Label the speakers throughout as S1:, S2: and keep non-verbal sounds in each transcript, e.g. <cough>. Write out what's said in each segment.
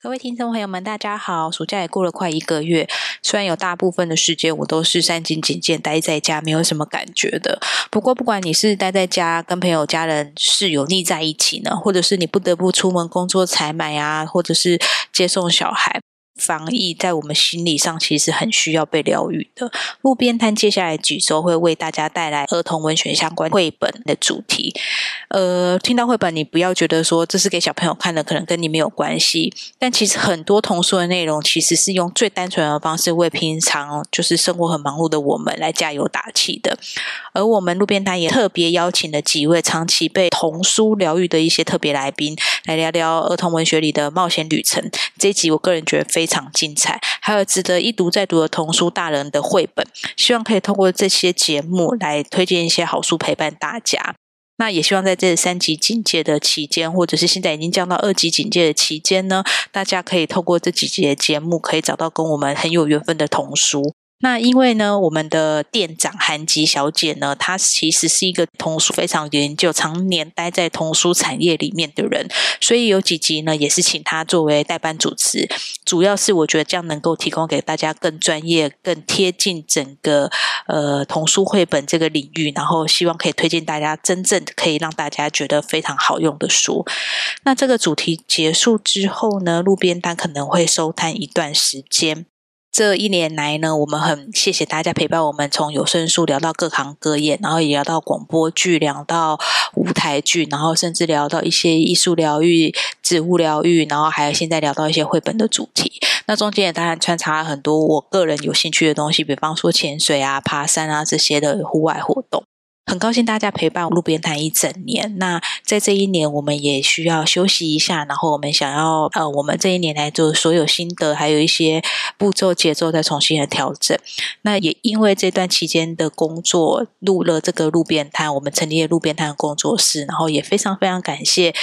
S1: 各位听众朋友们，大家好！暑假也过了快一个月，虽然有大部分的时间我都是三斤警戒待在家，没有什么感觉的。不过，不管你是待在家跟朋友、家人、室友腻在一起呢，或者是你不得不出门工作采买啊，或者是接送小孩，防疫在我们心理上其实很需要被疗愈的。路边摊接下来几周会为大家带来儿童文学相关绘本的主题。呃，听到绘本，你不要觉得说这是给小朋友看的，可能跟你没有关系。但其实很多童书的内容，其实是用最单纯的方式，为平常就是生活很忙碌的我们来加油打气的。而我们路边摊也特别邀请了几位长期被童书疗愈的一些特别来宾，来聊聊儿童文学里的冒险旅程。这一集我个人觉得非常精彩，还有值得一读再读的童书大人的绘本。希望可以通过这些节目来推荐一些好书陪伴大家。那也希望在这三级警戒的期间，或者是现在已经降到二级警戒的期间呢，大家可以透过这几集的节目，可以找到跟我们很有缘分的童书。那因为呢，我们的店长韩吉小姐呢，她其实是一个童书非常研究、常年待在童书产业里面的人，所以有几集呢，也是请她作为代班主持。主要是我觉得这样能够提供给大家更专业、更贴近整个呃童书绘本这个领域，然后希望可以推荐大家真正可以让大家觉得非常好用的书。那这个主题结束之后呢，路边摊可能会收摊一段时间。这一年来呢，我们很谢谢大家陪伴我们，从有声书聊到各行各业，然后也聊到广播剧，聊到舞台剧，然后甚至聊到一些艺术疗愈、植物疗愈，然后还有现在聊到一些绘本的主题。那中间也当然穿插了很多我个人有兴趣的东西，比方说潜水啊、爬山啊这些的户外活动。很高兴大家陪伴路边摊一整年。那在这一年，我们也需要休息一下，然后我们想要呃，我们这一年来做所有心得，还有一些步骤、节奏再重新的调整。那也因为这段期间的工作，录了这个路边摊，我们成立了路边摊工作室，然后也非常非常感谢。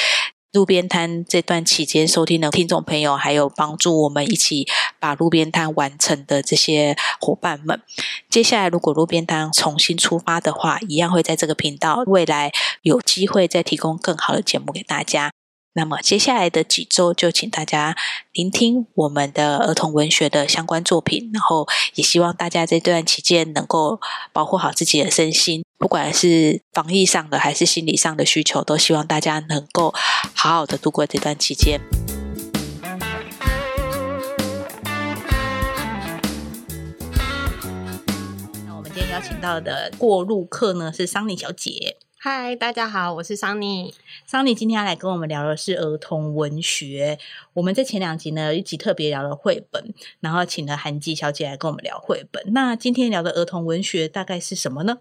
S1: 路边摊这段期间收听的听众朋友，还有帮助我们一起把路边摊完成的这些伙伴们，接下来如果路边摊重新出发的话，一样会在这个频道未来有机会再提供更好的节目给大家。那么接下来的几周，就请大家聆听我们的儿童文学的相关作品，然后也希望大家这段期间能够保护好自己的身心，不管是防疫上的还是心理上的需求，都希望大家能够好好的度过这段期间。那我们今天邀请到的过路客呢是桑尼小姐。
S2: 嗨，大家好，我是桑尼。
S1: 桑尼今天要来跟我们聊的是儿童文学。我们在前两集呢，一集特别聊了绘本，然后请了韩姬小姐来跟我们聊绘本。那今天聊的儿童文学大概是什么呢？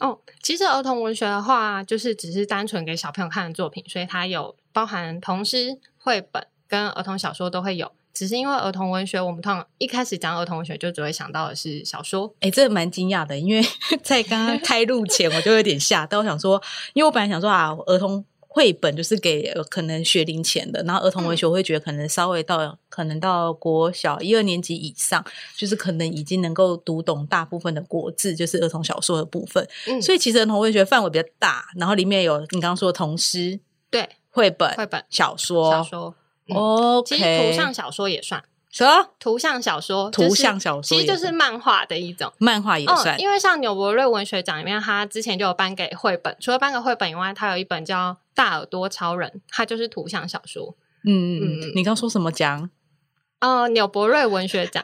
S2: 哦，其实儿童文学的话，就是只是单纯给小朋友看的作品，所以它有包含童诗、绘本跟儿童小说都会有。只是因为儿童文学，我们通常一开始讲儿童文学，就只会想到的是小说。
S1: 哎、这蛮惊讶的，因为 <laughs> 在刚刚开录前我就有点吓到，我想说，因为我本来想说啊，儿童绘本就是给呃可能学龄前的，然后儿童文
S2: 嗯
S1: 学我会觉得可能稍微到、可能到国小一二年级以上，就是可能已经能够读懂大部分的国字，就是儿童小说的部分。
S2: 嗯
S1: 所以其实儿童文学范围比较大，然后里面有你刚刚说的童诗、
S2: 对，
S1: 绘本、
S2: 绘本、
S1: 小说。
S2: 小说，嗯
S1: OK，
S2: 其实图像小说也算，
S1: 什么
S2: 图像小说，
S1: 图
S2: 就是
S1: 像小说
S2: 其实
S1: 也
S2: 就是
S1: 算
S2: 漫画的一种。
S1: 漫画也算
S2: 嗯，因为像纽伯瑞文学奖里面，他之前就有颁给绘本，除了颁给绘本以外，他有一本叫《大耳朵超人》，它就是图像小说。
S1: 嗯嗯
S2: 嗯
S1: 嗯。你刚说什么奖？
S2: 哦、纽伯瑞文学奖，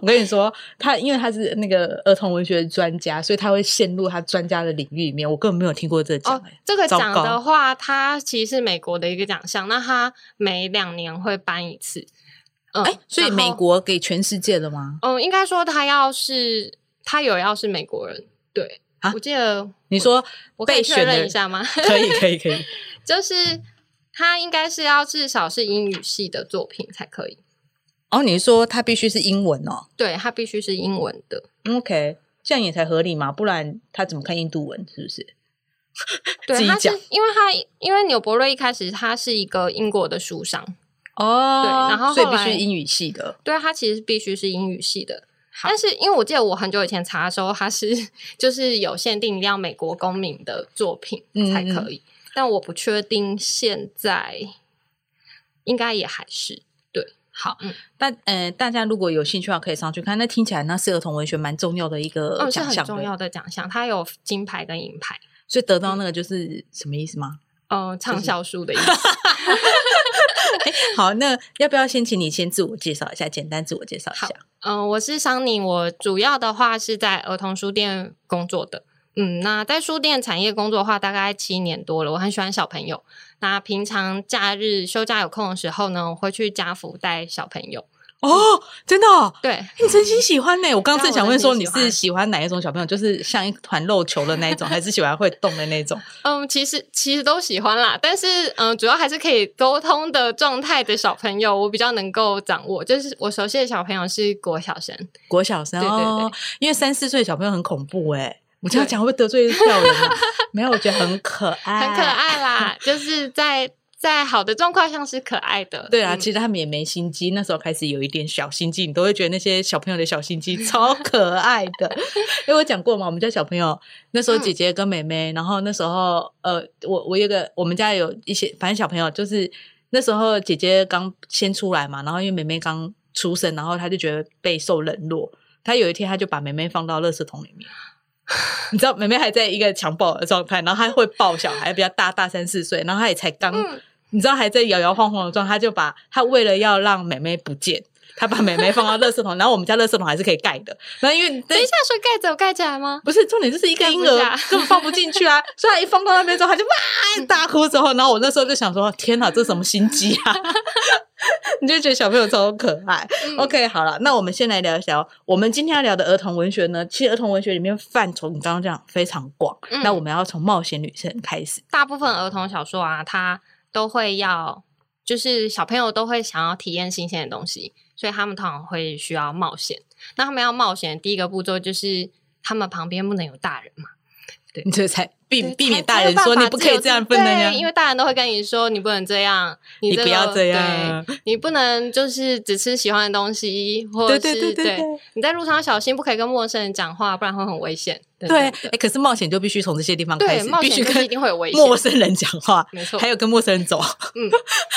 S1: 我跟你说，他因为他是那个儿童文学专家，所以他会陷入他专家的领域里面。我根本没有听过这个奖、哎
S2: 哦，这个
S1: 糟
S2: 奖
S1: 糕
S2: 的话，它其实是美国的一个奖项，那它每两年会颁一次。嗯，
S1: 哎、所以
S2: 然
S1: 美
S2: 后，
S1: 国给全世界的吗？
S2: 嗯，应该说他要是他有要是美国人，对，
S1: 啊
S2: 我记得
S1: 你说
S2: 我可
S1: 被
S2: 以确
S1: 选的
S2: 认一下吗？ <laughs>
S1: 可以可以可以，
S2: 就是他应该是要至少是英语系的作品才可以，
S1: 哦，你说他必须是英文哦
S2: 对，它必须是英文的。
S1: ，OK，这样也才合理嘛，不然他怎么看印度文？是不是？自
S2: 对，
S1: 己
S2: 他是
S1: 讲
S2: 因为他因为纽伯瑞一开始他是一个英国的书商，
S1: 哦，
S2: 对然后
S1: 所以
S2: 后
S1: 必
S2: 来
S1: 须英语系的，
S2: 对，啊它其实必须是英语系的。但是因为我记得我很久以前查的时候，它是就是有限定要美国公民的作品
S1: 嗯
S2: 才可以，但我不确定现在应该也还是
S1: 好，
S2: 嗯
S1: 那呃，大家如果有兴趣的话，可以上去看。那听起来那是儿童文学蛮重要的一个
S2: 嗯，是
S1: 呃奖
S2: 很
S1: 项，
S2: 重
S1: 对
S2: 要的嗯奖项，它有金牌跟银牌，
S1: 所以得到那个就是什么意思吗？
S2: 嗯、呃，畅销书的意思。
S1: <laughs> 好，那要不要先请你先自我介绍一下，简单自我介绍一下
S2: 好？嗯，我是桑尼，我主要的话是在儿童书店工作的。嗯，那在书店产业工作的话，大概七年多了。我很喜欢小朋友。那平常假日休假有空的时候呢，我会去家福带小朋友。
S1: 哦，真的哦、
S2: 对，
S1: 你真心喜欢呢、我刚刚正想问说，
S2: 对
S1: 你
S2: 啊我真
S1: 是
S2: 心
S1: 喜欢哪一种小朋友？就是像一团肉球的
S2: <laughs>
S1: 那一种，还是喜欢会动的那种？
S2: 嗯，其实其实都喜欢啦，但是嗯，主要还是可以沟通的状态的小朋友，我比较能够掌握。就是我熟悉的小朋友是国小生，
S1: 国小生
S2: 对对对
S1: 哦，因为三四岁小朋友很恐怖哎、我这样
S2: 对
S1: 讲会不会得罪到人啊？ <laughs> 没有，我觉得很可爱，
S2: 很可。
S1: <laughs>
S2: 爱啦，就是在在好的状况下是可爱的。
S1: 对啊，
S2: 嗯
S1: 其实他们也没心机，那时候开始有一点小心机，你都会觉得那些小朋友的小心机超可爱
S2: <laughs>
S1: 的。因为我讲过嘛，我们家小朋友那时候
S2: 嗯
S1: 姐姐跟妹妹，然后那时候呃，我我有个我们家有一些，反正小朋友就是那时候姐姐刚先出来嘛，然后因为妹妹刚出生，然后她就觉得备受冷落，她有一天她就把妹妹放到垃圾桶里面。 <laughs> 你知道，妹妹还在一个强暴的状态，然后她会抱小孩，比较大，大三四岁，然后她也才刚
S2: 嗯
S1: 你知道还在摇摇晃晃的状态，他就把他为了要让妹妹不见，他把妹妹放到垃圾桶，然后我们家垃圾桶还是可以盖的。然后因为
S2: 等一下说盖子有盖起来吗？
S1: 不是重点，就是一个婴儿
S2: 盖不下
S1: 根本放不进去
S2: <laughs>
S1: 啊，所以他一放到那边之后，他就哇大哭之后，然后我那时候就想说，天哪，这什么心机啊！ <laughs> 你就觉得小朋友超可爱。
S2: 嗯
S1: OK，好了，那我们先来聊一聊我们今天要聊的儿童文学呢。其实儿童文学里面范畴，你刚刚讲非常广，
S2: 嗯
S1: 那我们要从冒险女生开始。
S2: 大部分儿童小说啊，它都会要，就是小朋友都会想要体验新鲜的东西，所以他们通常会需要冒险。那他们要冒险，第一个步骤就是他们旁边不能有大人嘛，
S1: 你这才避
S2: 对
S1: 避免
S2: 才
S1: 大
S2: 才有
S1: 人
S2: 办
S1: 说
S2: 法
S1: 你不可以
S2: 自由
S1: 这样
S2: 自
S1: 不能那样
S2: 对，因为大人都会跟你说你不能这样，
S1: 你
S2: 这
S1: 不
S2: 个
S1: 要这
S2: 对
S1: 样
S2: 你不能就是只吃喜欢的东西，或者是
S1: 对对对对对
S2: 你在路上要小心，不可以跟陌生人讲话，不然会很危险。等
S1: 对，
S2: 等
S1: 哎、可是冒险就必须从这些地方开
S2: 对，
S1: 始，
S2: 冒
S1: 必须
S2: 险就是
S1: 跟
S2: 一定会有危险，
S1: 陌生人讲话，
S2: 没错
S1: 还。有跟陌生人走。
S2: 嗯，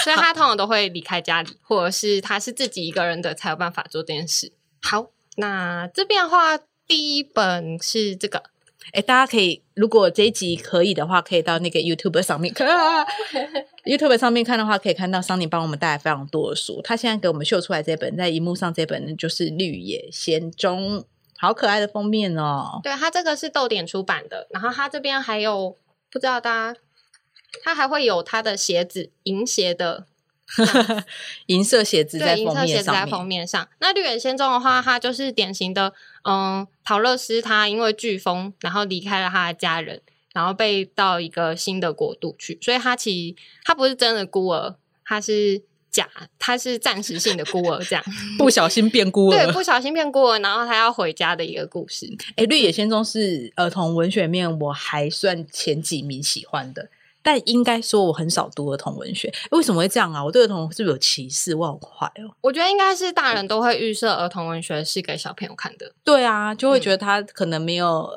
S2: 所以他通常都会离开家里，或者是他是自己一个人的才有办法做这件事。好，那这边的话，第一本是这个，
S1: 哎、大家可以，如果这一集可以的话，可以到那个 YouTube 上面看。YouTube 上面看的话，可以看到桑尼帮我们带来非常多的书。他现在给我们秀出来这本，在荧幕上这本呢，就是《绿野仙踪》，好可爱的封面
S2: <laughs>
S1: 哦。 <laughs>
S2: 对，它这个是豆点出版的，然后它这边还有不知道大家，它还会有它的鞋子银鞋的，
S1: 银色鞋子在
S2: 对，银
S1: 封
S2: 色鞋
S1: 面
S2: 子在
S1: 上
S2: 封
S1: 面，
S2: 面上。那绿野仙踪的话，它就是典型的，嗯，陶乐斯他因为飓风，然后离开了他的家人，然后被到一个新的国度去，所以他其实他不是真的孤儿，他是假，他是暂时性的孤儿，
S1: <laughs>
S2: 这样
S1: 不小心变孤儿。 <laughs>
S2: 对，不小心变孤儿，然后他要回家的一个故事。
S1: 哎，《绿野仙踪》是儿童文学面我还算前几名喜欢的，但应该说我很少读儿童文学。为什么会这样啊？我对儿童是不是有歧视？我很坏哦。
S2: 我觉得应该是大人都会预设儿童文学是给小朋友看的，
S1: 对啊，
S2: 嗯
S1: 就会觉得他可能没有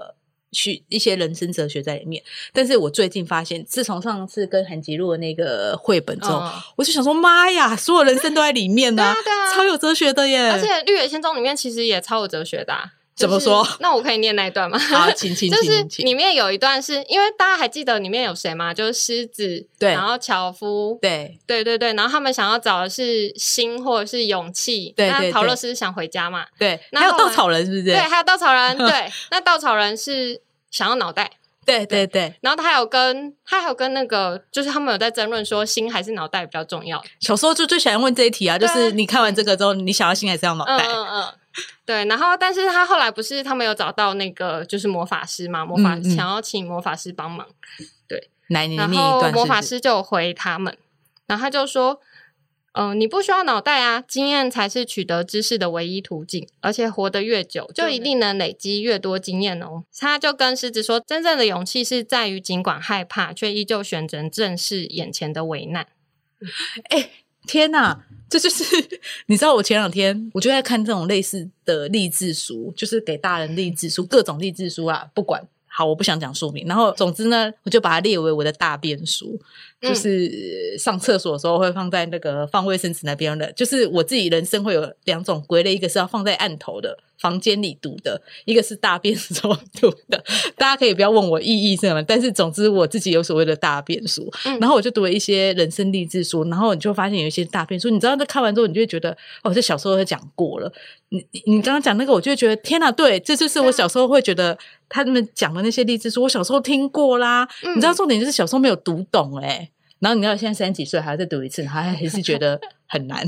S1: 去一些人生哲学在里面。但是我最近发现，自从上次跟韩吉路的那个绘本之后，
S2: 嗯
S1: 我就想说，妈呀，所有人生都在里面呢、
S2: <laughs> 对啊对啊
S1: 超有哲学的耶！
S2: 而且《绿野仙踪》里面其实也超有哲学的、啊。
S1: 怎么
S2: 就是
S1: 说
S2: 那我可以念那一段吗？
S1: 好，请
S2: <laughs>
S1: 请
S2: 就
S1: 请
S2: 是
S1: 请请，
S2: 里面有一段是因为大家还记得里面有谁吗？就是狮子，
S1: 对
S2: 然后樵夫，
S1: 对
S2: 对对对，然后他们想要找的是心或者是勇气。
S1: 对对
S2: 那陶
S1: 对
S2: 乐斯想回家嘛？
S1: 对，
S2: 然
S1: 还有
S2: 后
S1: 稻
S2: 我们
S1: 草人是不是？
S2: 对，还有稻
S1: <laughs>
S2: 草人，对，那稻草人是想要脑袋，
S1: 对对对，
S2: <laughs> 然后他还有跟他还有跟那个，就是他们有在争论说心还是脑袋比较重要。
S1: 小时候就最喜欢问这一题啊，就
S2: 对啊
S1: 是你看完这个之后，你想要心还是要脑
S2: 嗯
S1: 袋？
S2: 嗯嗯，对。然后，但是他后来不是他们有找到那个就是魔法师嘛？魔法、
S1: 嗯嗯
S2: 想要请魔法师帮忙，
S1: 来，你念
S2: 然
S1: 一段
S2: 后
S1: 是不
S2: 魔
S1: 是
S2: 法师就有回他们，然后他就说：“嗯、你不需要脑袋啊，经验才是取得知识的唯一途径，而且活得越久，就一定能累积越多经验哦。”他就跟狮子说：“真正的勇气是在于尽管害怕，却依旧选择正视眼前的危难。
S1: 天哪，这就是 <laughs> 你知道，我前两天我就在看这种类似的励志书，就是给大人励志书，各种励志书啊，不管。好，我不想讲书名。然后，总之呢，我就把它列为我的大便书。
S2: 嗯
S1: 就是上厕所的时候会放在那个放卫生纸那边的。就是我自己人生会有两种归类，一个是要放在案头的房间里读的，一个是大便时候读的。 <laughs> 大家可以不要问我意义是什么，但是总之我自己有所谓的大便书。
S2: 嗯
S1: 然后我就读了一些人生励志书，然后你就发现有一些大变书，你知道，这看完之后，你就会觉得，哦，这小时候就讲过了。你你你刚刚讲那个，我就会觉得，天哪、对，这就是
S2: 啊
S1: 我小时候会觉得他们讲的那些励志书，我小时候听过啦。
S2: 嗯
S1: 你知道，重点就是小时候没有读懂哎、然后你知道现在三十几岁还要再读一次，然后还是觉得很
S2: <laughs>
S1: 难。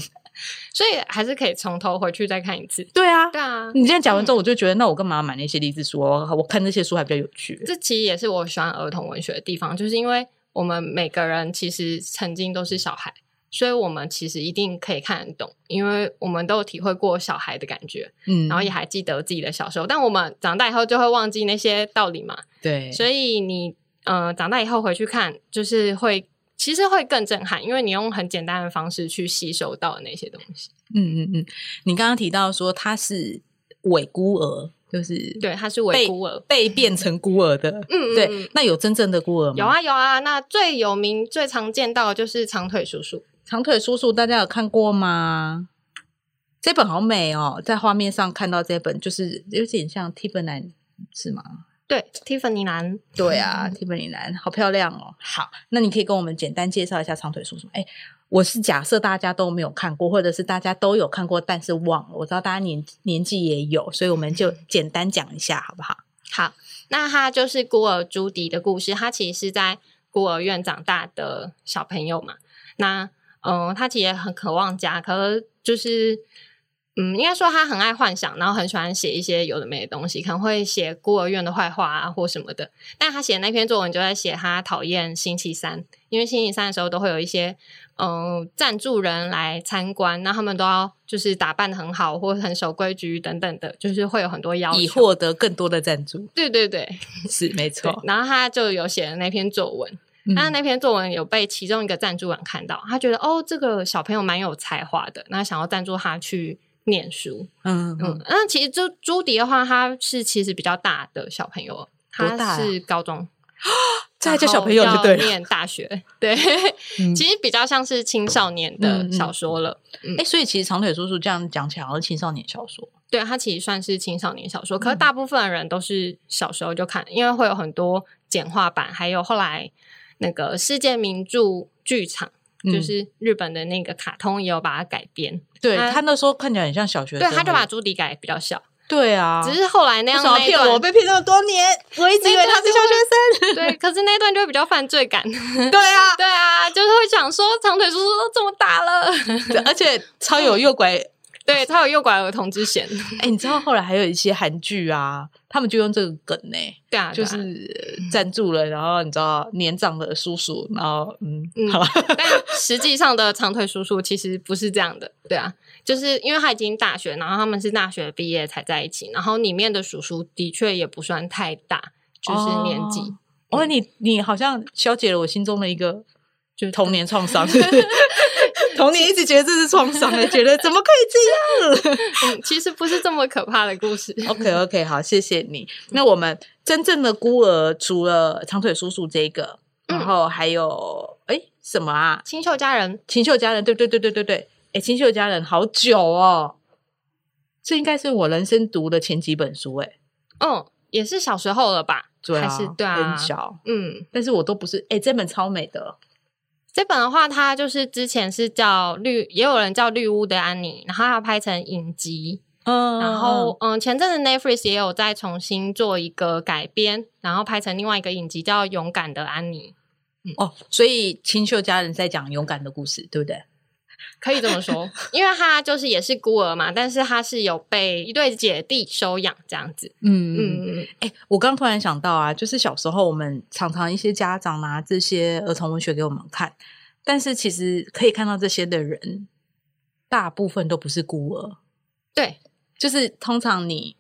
S2: 所以还是可以从头回去再看一次。
S1: 对啊，
S2: 对啊，
S1: 你这样讲完之后，我就觉得，那我干嘛买那些励志书？哦我我看那些书还比较有趣。
S2: 这其实也是我喜欢儿童文学的地方，就是因为我们每个人其实曾经都是小孩，所以我们其实一定可以看得懂，因为我们都有体会过小孩的感觉，
S1: 嗯，
S2: 然后也还记得自己的小时候。但我们长大以后就会忘记那些道理嘛，
S1: 对，
S2: 所以你呃长大以后回去看，就是会其实会更震撼，因为你用很简单的方式去吸收到的那些东西。
S1: 嗯嗯嗯，你刚刚提到说他是伪孤儿，就是
S2: 对，他是伪
S1: 嗯被
S2: 孤儿。
S1: 被变成孤儿的。
S2: 嗯，嗯嗯
S1: 对，那有真正的孤儿吗？
S2: 有，啊有啊，那最有名、最常见到的就是长腿叔叔。
S1: 长腿叔叔大家有看过吗？这本好美哦，在画面上看到这本就是有点像 Tiffany 是吗？
S2: 对，Tiffany 蓝，
S1: 对啊，Tiffany 蓝好漂亮哦。好，那你可以跟我们简单介绍一下长腿叔叔。哎，我是假设大家都没有看过，或者是大家都有看过，但是忘了。我知道大家年年纪也有，所以我们就简单讲一下好不好？
S2: 好，那他就是孤儿朱迪的故事。他其实是在孤儿院长大的小朋友嘛。那嗯、呃他其实也很渴望家，可是就是嗯，应该说他很爱幻想，然后很喜欢写一些有的没的东西，可能会写孤儿院的坏话啊或什么的。但他写的那篇作文就在写他讨厌星期三，因为星期三的时候都会有一些嗯、呃赞助人来参观，那他们都要就是打扮的很好或很守规矩等等的，就是会有很多要求。
S1: 以获得更多的赞助，
S2: 对对对，
S1: 是没
S2: 对
S1: 错。，
S2: 然后他就有写了那篇作文，那
S1: 哦嗯
S2: 那篇作文有被其中一个赞助人看到，他觉得哦，这个小朋友蛮有才华的，那想要赞助他去念书。
S1: 嗯
S2: 嗯
S1: 嗯，，
S2: 那其实就朱迪的话，他是其实比较大的小朋友，
S1: 多大
S2: 他
S1: 啊
S2: 是高中，
S1: 这还叫小朋友
S2: 然
S1: 就
S2: 后
S1: 对
S2: 要
S1: 了。
S2: 念大学，对，
S1: <laughs> 嗯
S2: 其实比较像是青少年的
S1: 嗯嗯
S2: 小说了。
S1: 哎、所以其实长腿叔叔这样讲起来，好像青少年小说。
S2: 对，它其实算是青少年小说，
S1: 嗯
S2: 可是大部分的人都是小时候就看，因为会有很多简化版，还有后来那个世界名著剧场，
S1: 嗯
S2: 就是日本的那个卡通也有把它改编，
S1: 对
S2: 他
S1: 他那时候看起来很像小学
S2: 嗯对，啊
S1: 生，
S2: 他就把朱迪改得比较小，
S1: 对啊，
S2: 只是后来那
S1: 为
S2: 样
S1: 什么
S2: 那
S1: 要
S2: 一
S1: 骗
S2: 段
S1: 我？被骗这么多年，我一直以为他是小学生。
S2: 对，可是那一段就会比较犯罪感，
S1: <laughs> 对啊，
S2: 对啊， <laughs> 就是会想说长腿叔叔都这么大了， <laughs>
S1: 对啊而且超有诱拐。
S2: 对他有诱拐儿童之嫌， <laughs> 啊
S1: 哎、你知道后来还有一些韩剧啊，他们就用这个梗呢、
S2: 对啊，
S1: 就
S2: 对啊
S1: 是呃赞助了，然后你知道年长的叔叔，然后嗯，
S2: 嗯
S1: 好，
S2: <laughs> 但实际上的长腿叔叔其实不是这样的，对啊，就是因为他已经大学，然后他们是大学毕业才在一起，然后里面的叔叔的确也不算太大，就是年纪、
S1: 哦哦，
S2: 嗯
S1: 你你好像消解了我心中的一个
S2: 就是
S1: 童年创
S2: <laughs>
S1: 伤，童年一直觉得这是创伤的，觉得怎么可以这样
S2: 嗯其实不是这么可怕的故事。
S1: <laughs> ？OK OK，好，谢谢你。那我们真正的孤儿除了长腿叔叔这个，然
S2: 嗯
S1: 后还有哎、诶什么啊？
S2: <laughs> 清秀佳人
S1: 《秦秀佳人》对对对对对对，哎，《秦秀佳人》好久哦，这应该是我人生读的前几本书哎，
S2: 嗯，也是小时候了吧？
S1: 对啊，
S2: 还是对啊，
S1: 很小，
S2: 嗯，
S1: 但是我都不是哎，这本超美的，
S2: 这本的话，它就是之前是叫绿，也有人叫绿屋的安妮，然后它拍成影集，
S1: 嗯
S2: 然后，嗯，前阵子 Netflix 也有再重新做一个改编，然后拍成另外一个影集叫《勇敢的安妮嗯
S1: 哦，所以《秦秀佳人》在讲勇敢的故事，对不对？》，
S2: 可以这么
S1: <laughs>
S2: 说，因为她就是也是孤儿嘛，但是她是有被一对姐弟收养这样子。
S1: 嗯嗯，
S2: 嗯，
S1: 哎，我刚突然想到啊，就是小时候我们常常一些家长拿这些儿童文学给我们看，但是其实可以看到这些的人，大部分都不是孤儿，
S2: 对，
S1: 就是通常你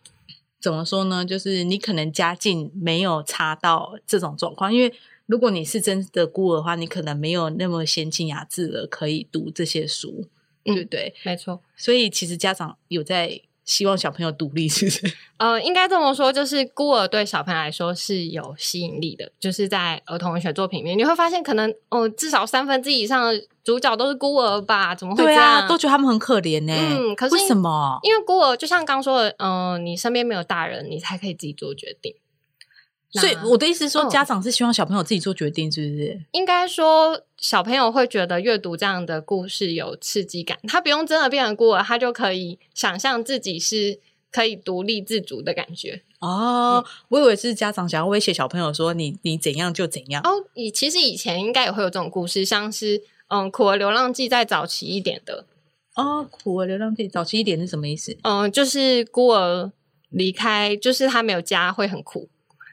S1: 怎么说呢？就是你可能家境没有差到这种状况，因为如果你是真的孤儿的话，你可能没有那么闲情雅致了，可以读这些书，
S2: 嗯
S1: 对不对？
S2: 没错。
S1: 所以其实家长有在希望小朋友独立，是不
S2: <laughs>
S1: 是？
S2: 呃，应该这么说，就是孤儿对小朋友来说是有吸引力的，就是在儿童文学作品里面，你会发现可能哦，至少三分之一以上的主角都是孤儿吧？怎么会这
S1: 对
S2: 样？
S1: 啊，都觉得他们很可怜呢、
S2: 嗯可是
S1: 为什么？
S2: 因为孤儿就像刚说的，嗯、你身边没有大人，你才可以自己做决定。那
S1: 所以我的意思是说，
S2: 嗯
S1: 家长是希望小朋友自己做决定，是不是？
S2: 应该说，小朋友会觉得阅读这样的故事有刺激感，他不用真的变成孤儿，他就可以想象自己是可以独立自主的感觉。
S1: 哦，我以为是家长想要威胁小朋友说你你怎样就怎样。
S2: 哦，以其实以前应该也会有这种故事，像是嗯《苦儿流浪记》在早期一点的，
S1: 哦，苦儿流浪记早期一点是什么意思？
S2: 嗯，就是孤儿离开，就是他没有家会很苦，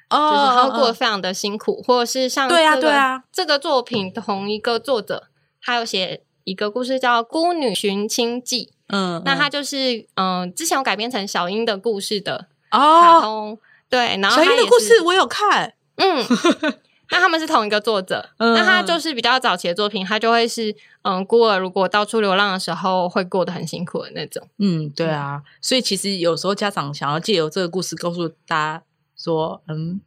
S1: 哦
S2: 就是他会过得
S1: 哦
S2: 非常的辛苦，或者是像、这个、
S1: 对啊对啊，
S2: 这个作品同一个作者，他有写一个故事叫《孤女寻亲记》，
S1: 嗯，
S2: 那他
S1: 他
S2: 就是嗯，之前有改编成小樱的故事的卡
S1: 哦，
S2: 通，对，然后
S1: 小
S2: 他
S1: 樱的
S2: 也
S1: 故
S2: 是
S1: 事我有看，
S2: 嗯，
S1: <laughs>
S2: 那他们是同一个作者，
S1: 嗯
S2: 那他就是比较早期的作品，他就会是嗯，孤儿如果到处流浪的时候会过得很辛苦的那种。
S1: 嗯，对啊，所以其实有时候家长想要借由这个故事告诉大家说，
S2: <laughs>
S1: 嗯，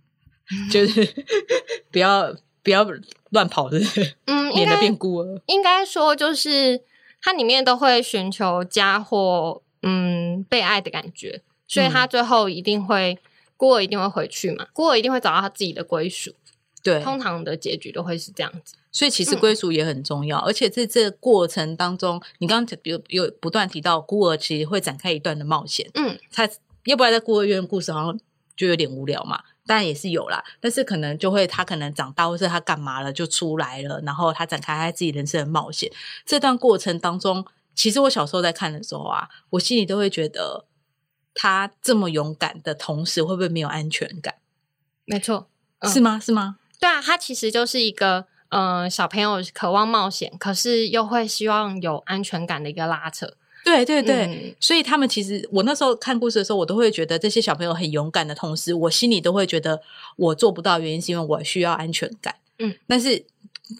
S1: 就是 <laughs> 不要不要乱跑的，
S2: 嗯，应
S1: 免得
S2: 该
S1: 变孤儿。
S2: 应该说就是它里面都会寻求家或嗯被爱的感觉，所以他
S1: 嗯
S2: 最后一定会。孤儿一定会回去嘛？孤儿一定会找到他自己的归属，
S1: 对，
S2: 通常的结局都会是这样子。
S1: 所以其实
S2: 嗯
S1: 归属也很重要，而且在这过程当中，你刚刚有有不断提到孤儿其实会展开一段的冒险，
S2: 嗯，
S1: 他要不然在孤儿院的故事好像就有点无聊嘛，当然也是有啦，但是可能就会他可能长大或是他干嘛了就出来了，然后他展开他自己人生的冒险，这段过程当中，其实我小时候在看的时候啊，我心里都会觉得他这么勇敢的同时，会不会没有安全
S2: 嗯
S1: 感？
S2: 没错。嗯
S1: 是吗？是吗？
S2: 对啊，他其实就是一个呃小朋友渴望冒险，可是又会希望有安全感的一个拉扯。
S1: 对对对，
S2: 嗯
S1: 所以他们其实，我那时候看故事的时候，我都会觉得这些小朋友很勇敢的同时，我心里都会觉得我做不到，原因是因为我需要安全感。
S2: 嗯，
S1: 但是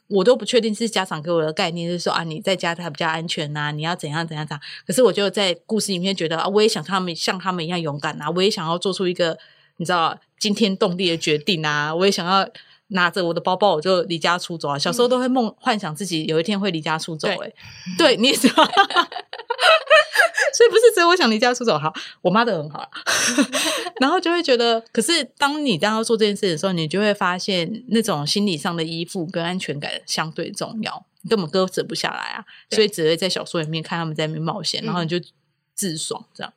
S1: 我都不确定是家长给我的概念，就是说啊，你在家才比较安全呐、你要怎样怎样怎样。可是我就在故事里面觉得啊，我也想他们像他们一样勇敢啊，我也想要做出一个你知道惊天动地的决定啊，我也想要。拿着我的包包，我就离家出走啊！小时候都会梦幻想自己有一天会离家出走、欸，
S2: 对
S1: 对，你也知道， <laughs> 所以不是只有我想离家出走好，我妈的很好啦 <laughs> 然后就会觉得，可是当你当要做这件事的时候，你就会发现那种心理上的依附跟安全感相对重要，你根本割舍不下来啊，
S2: 对
S1: 所以只会在小说里面看他们在那边冒险，
S2: 嗯
S1: 然后你就自爽这样。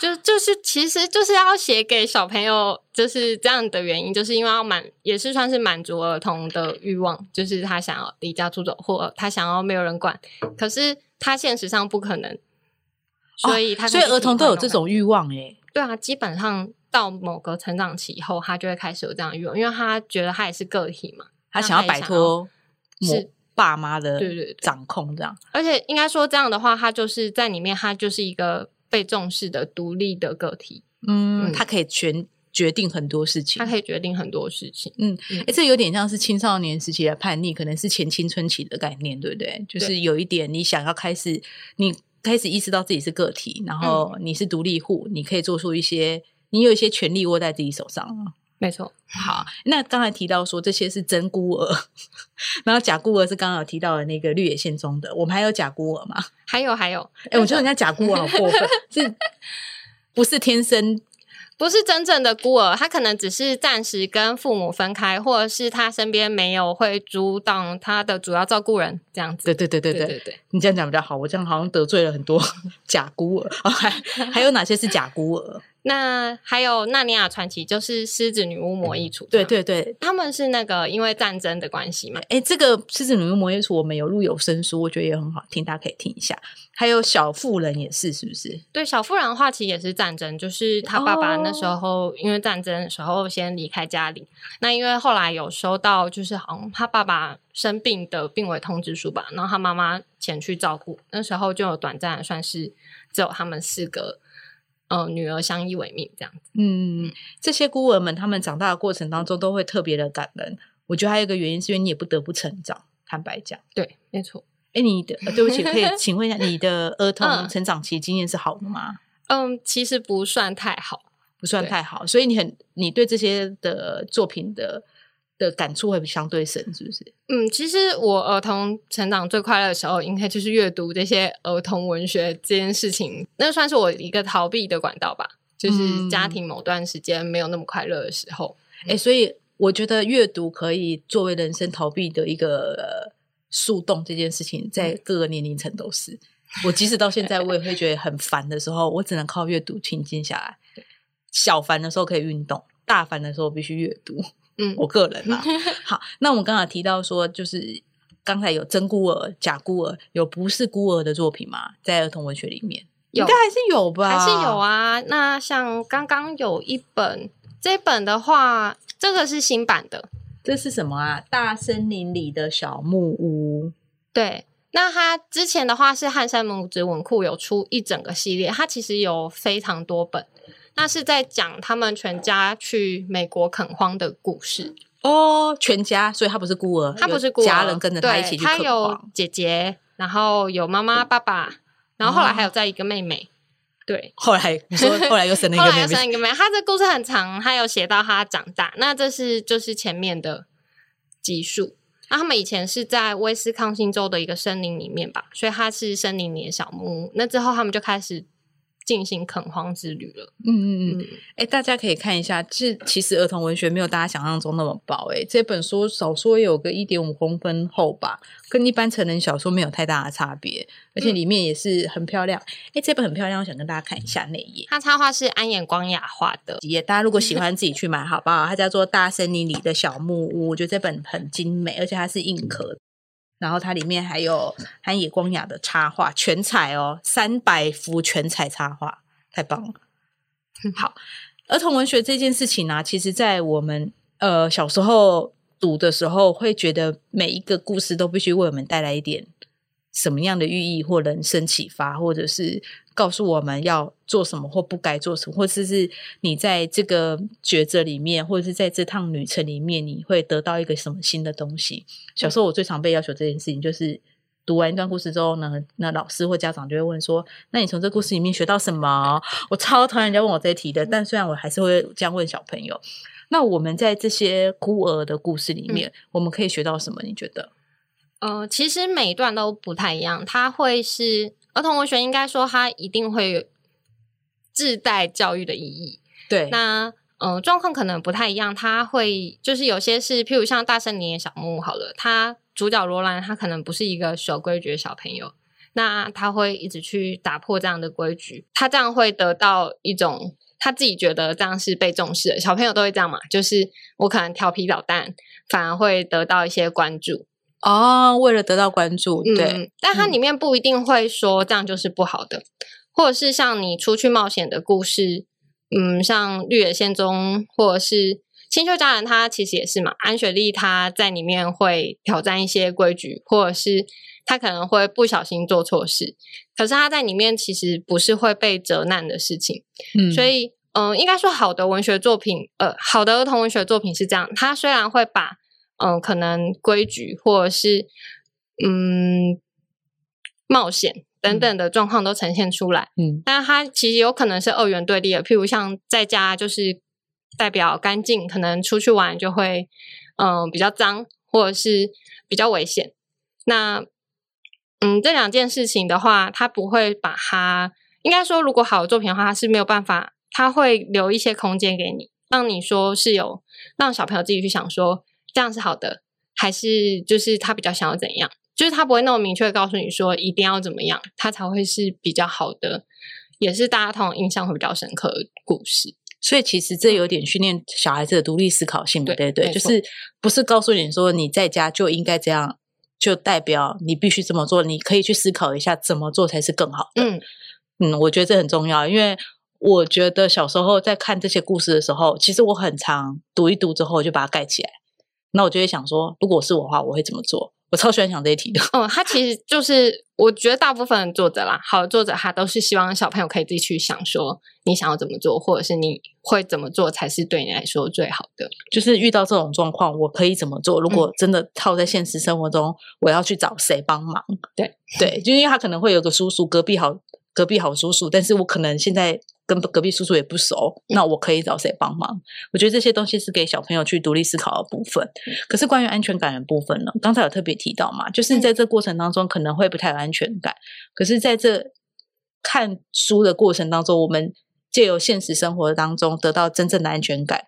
S2: 就就是其实就是要写给小朋友，就是这样的原因，就是因为要满也是算是满足儿童的欲望，就是他想要离家出走，或他想要没有人管，可是他现实上不可能，所以他、
S1: 哦所以儿童都有这。种欲望欸诶、
S2: 对啊，基本上到某个成长期以后，他就会开始有这样的欲望，因为他觉得他也是个体嘛。
S1: 他
S2: 那
S1: 想要
S2: 他也
S1: 摆
S2: 想
S1: 脱
S2: 要
S1: 母
S2: 是
S1: 爸妈的
S2: 对对对
S1: 掌控这样。
S2: 而且应该说这样的话，他就是在里面，他就是一个被重视的独立的个体，
S1: 嗯，
S2: 嗯
S1: 他可以全决定很多事情，
S2: 他可以决定很多事情。
S1: 哎、这有点像是青少年时期的叛逆，可能是前青春期的概念，对不对？就是
S2: 对
S1: 有一点你想要开始，你开始意识到自己是个体，然后你是独立户，你可以做出一些，你有一些权利握在自己手上。
S2: 没错，
S1: 好，那刚才提到说这些是真孤儿， <laughs> 然后假孤儿是刚刚有提到的那个绿野仙踪的，我们还有假孤儿嘛？
S2: 还有还有，
S1: 哎、我觉得人家假孤儿好过分，是不是天生
S2: 不是真正的孤儿，他可能只是暂时跟父母分开，或者是他身边没有会主当他的主要照顾人这样子。
S1: 对对对对对
S2: 对对，
S1: 你这样讲比较好，我这样好像得罪了很多 <laughs> 假孤儿。 <laughs> 哦还还有哪些是假孤儿？
S2: 那还有《纳尼亚传奇》，就是《狮子女巫魔衣橱》。
S1: 对，对对，
S2: 他们是那个因为战争的关系嘛，
S1: 哎，这个《狮子女巫魔夜图》我们有录有声书，我觉得也很好听，大家可以听一下。还有小妇人也是，是不是？
S2: 对，小妇人的话其实也是战争，就是他爸爸那时候因为战争的时候先离开家里，那因为后来有收到就是好像他爸爸生病的病危通知书吧，然后他妈妈前去照顾，那时候就有短暂的算是只有他们四个。呃，女儿相依为命这样子，
S1: 嗯，这些孤儿们他们长大的过程当中都会特别的感人。我觉得还有一个原因是因为你也不得不成长，坦白讲。
S2: 对，没错。
S1: 哎，你的、呃对不起，可以请问一下你的儿童
S2: 嗯
S1: 成长期经验是好的吗？
S2: 嗯，其实不算太好。
S1: 不算
S2: 对
S1: 太好，所以你很你对这些的作品的的感触会相对深，是不是？
S2: 嗯，其实我儿童成长最快乐的时候，应该就是阅读这些儿童文学这件事情，那算是我一个逃避的管道吧。就是家
S1: 嗯
S2: 庭某段时间没有那么快乐的时候，
S1: 哎、所以我觉得阅读可以作为人生逃避的一个呃树洞，这件事情在
S2: 嗯
S1: 各个年龄层都是。我即使到现在，我也会觉得很烦的时候，我只能靠阅读平静下来。小烦的时候可以运动，大烦的时候必须阅读。
S2: 嗯
S1: 我个人
S2: <laughs>
S1: 啦、好，那我们刚才提到说，就是刚才有真孤儿、假孤儿，有不是孤儿的作品吗？在儿童文学里面，应
S2: 有
S1: 该还是有吧？
S2: 还是有。啊。那像刚刚有一本，这本的话，这个是新版的，
S1: 这是什么啊？大森林里的小木屋。
S2: 对。那它之前的话是汉山母子文库有出一整个系列，它其实有非常多本，那是在讲他们全家去美国垦荒的故事。
S1: 哦，全家，所以他不是孤儿，
S2: 他不是
S1: 有
S2: 孤儿，
S1: 家人跟着他
S2: 对
S1: 一起去
S2: 他
S1: 垦
S2: 有
S1: 荒
S2: 姐姐，然后有妈妈、爸爸，然后后来
S1: 哦
S2: 还有再一个妹妹。对，
S1: 后来你
S2: <laughs>
S1: 说后来又生了一
S2: 后
S1: 个
S2: 来又
S1: 妹
S2: 生
S1: 妹，
S2: 一个妹妹。他这故事很长，他有写到他长大。那这是就是前面的集数。那他们以前是在威斯康星州的一个森林里面吧，所以他是森林里的小木屋。那之后他们就开始进行垦荒之旅了。
S1: 嗯嗯嗯，
S2: 嗯，
S1: 哎、大家可以看一下，这其实儿童文学没有大家想象中那么薄、诶哎，这本书少说也有个一点五公分厚吧，跟一般成人小说没有太大的差别，而且
S2: 嗯
S1: 里面也是很漂亮，哎、这本很漂亮，我想跟大家看一下内页。
S2: 他插画是安眼光雅画的。
S1: 也大家如果喜欢自己去买，好不好？它叫做《大森林里的小木屋》，我觉得这本很精美，而且它是硬壳，然后它里面还有安野光雅的插画，全彩哦，三百幅全彩插画，太棒了！好，儿童文学这件事情啊，其实在我们呃小时候读的时候，会觉得每一个故事都必须为我们带来一点什么样的寓意或人生启发，或者是告诉我们要做什么或不该做什么，或者是你在这个抉择里面，或者是在这趟旅程里面，你会得到一个什么新的东西。小时候我最常被要求这件事情，就是读完一段故事之后呢，那老师或家长就会问说：“那你从这故事里面学到什么？”我超讨厌人家问我这些题的，但虽然我还是会这样问小朋友。那我们在这些孤儿的故事
S2: 嗯
S1: 里面，我们可以学到什么？你觉得？
S2: 呃，其实每一段都不太一样，它会是儿童文学，应该说它一定会有自带教育的意义。
S1: 对
S2: 那呃，状况可能不太一样，它会就是有些是，譬如像大森林的小木屋好了，它主角罗兰他可能不是一个守规矩的小朋友，那他会一直去打破这样的规矩，他这样会得到一种他自己觉得这样是被重视的。小朋友都会这样嘛，就是我可能调皮捣蛋，反而会得到一些关注。
S1: 哦，为了得到关注，对，
S2: 嗯，但它
S1: 嗯
S2: 里面不一定会说这样就是不好的，或者是像你出去冒险的故事，嗯，像《绿野仙踪》或者是《新秀家人》，它其实也是嘛。安雪莉她在里面会挑战一些规矩，或者是她可能会不小心做错事，可是她在里面其实不是会被责难的事情。
S1: 嗯
S2: 所以，嗯、应该说好的文学作品，呃，好的儿童文学作品是这样，它虽然会把，嗯、可能规矩或者是嗯冒险等等的状况都呈现出来，
S1: 嗯
S2: 但它其实有可能是二元对立的，譬如像在家就是代表干净，可能出去玩就会嗯、呃比较脏，或者是比较危险。那嗯这两件事情的话，它不会把它应该说，如果好的作品的话，它是没有办法，它会留一些空间给你，让你说是有让小朋友自己去想说这样是好的，还是就是他比较想要怎样。就是他不会那么明确地告诉你说一定要怎么样，他才会是比较好的，也是大家通常印象会比较深刻的故事。
S1: 所以其实这有点训练小孩子的独立思考性嘛，对
S2: 对
S1: 不对，
S2: 没
S1: 就
S2: 错
S1: 是不是告诉你说你在家就应该这样，就代表你必须这么做，你可以去思考一下怎么做才是更好的。
S2: 嗯
S1: 嗯，我觉得这很重要，因为我觉得小时候在看这些故事的时候，其实我很常读一读之后我就把它盖起来，那我就会想说，如果是我的话，我会怎么做？我超喜欢想这一题的。
S2: 嗯，他其实就是我觉得大部分的作者啦，好的作者他都是希望小朋友可以自己去想说你想要怎么做，或者是你会怎么做才是对你来说最好的。
S1: 就是遇到这种状况，我可以怎么做？如果真的套在现实生活中，我要去找谁帮忙？
S2: 对
S1: 对，就因为他可能会有个叔叔，隔壁好隔壁好叔叔，但是我可能现在跟隔壁叔叔也不熟，那我可以找谁帮忙？我觉得这些东西是给小朋友去独立思考的部分。可是关于安全感的部分呢，刚才有特别提到嘛，就是在这过程当中可能会不太有安全感，可是在这看书的过程当中，我们借由现实生活当中得到真正的安全感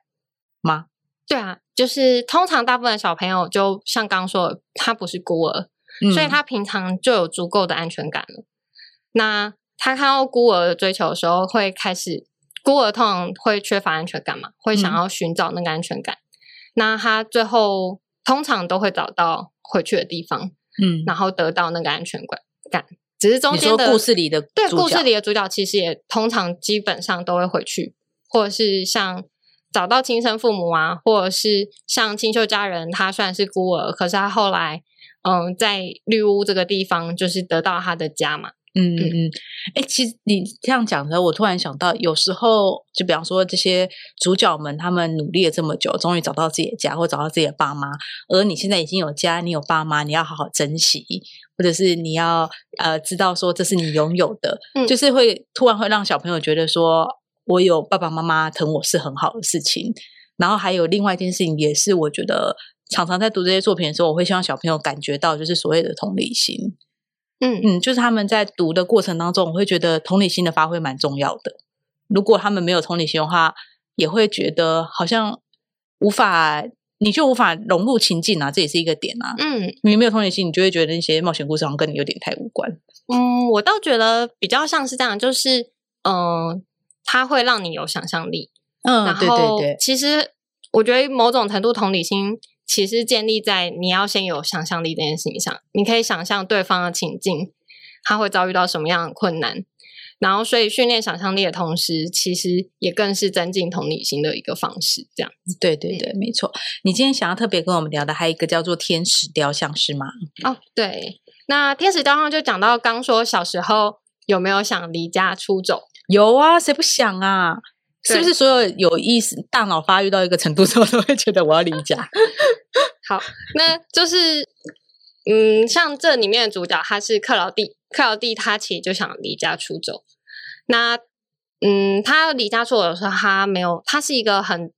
S1: 吗？
S2: 对啊，就是通常大部分的小朋友，就像刚刚说的，他不是孤儿，
S1: 嗯
S2: 所以他平常就有足够的安全感了。那他看到孤儿的追求的时候，会开始孤儿通常会缺乏安全感嘛，会想
S1: 嗯
S2: 要寻找那个安全感。那他最后通常都会找到回去的地方，
S1: 嗯，
S2: 然后得到那个安全感感。只是中
S1: 你
S2: 间
S1: 说
S2: 的
S1: 故事里的
S2: 对
S1: 主
S2: 故事
S1: 角
S2: 里的主角，其实也通常基本上都会回去，或者是像找到亲生父母啊，或者是像清秀家人，他虽然是孤儿，可是他后来嗯在绿屋这个地方就是得到他的家嘛。
S1: 嗯
S2: 嗯
S1: 嗯，哎、其实你这样讲的时候，我突然想到，有时候就比方说这些主角们，他们努力了这么久，终于找到自己的家，或找到自己的爸妈，而你现在已经有家，你有爸妈，你要好好珍惜，或者是你要呃知道说这是你拥有的，
S2: <laughs> 嗯
S1: 就是会突然会让小朋友觉得说，我有爸爸妈妈疼我是很好的事情。然后还有另外一件事情，也是我觉得常常在读这些作品的时候，我会希望小朋友感觉到就是所谓的同理心。
S2: 嗯
S1: 嗯，就是他们在读的过程当中，我会觉得同理心的发挥蛮重要的。如果他们没有同理心的话，也会觉得好像无法，你就无法融入情境啊，这也是一个点啊。
S2: 嗯
S1: 你没有同理心，你就会觉得那些冒险故事好像跟你有点太无关。
S2: 嗯，我倒觉得比较像是这样，就是嗯，它会让你有想象力，
S1: 嗯
S2: 然
S1: 对
S2: 后
S1: 对对，
S2: 其实我觉得某种程度同理心其实建立在你要先有想象力这件事情上，你可以想象对方的情境，他会遭遇到什么样的困难，然后所以训练想象力的同时，其实也更是增进同理心的一个方式。这样
S1: 对对对，没错。你今天想要特别跟我们聊的，还有一个叫做天使雕像，是吗？
S2: 哦，对，那天使雕像就讲到刚说小时候有没有想离家出走，
S1: 有啊，谁不想啊？是不
S2: 对
S1: 是所有有意识、大脑发育到一个程度之后，都会觉得我要啊离
S2: <laughs>
S1: 家？
S2: 好，那就是，嗯，像这里面的主角他是克劳蒂，克劳蒂他其实就想离家出走。那，嗯，他离家出走的时候，他没有，他是一个很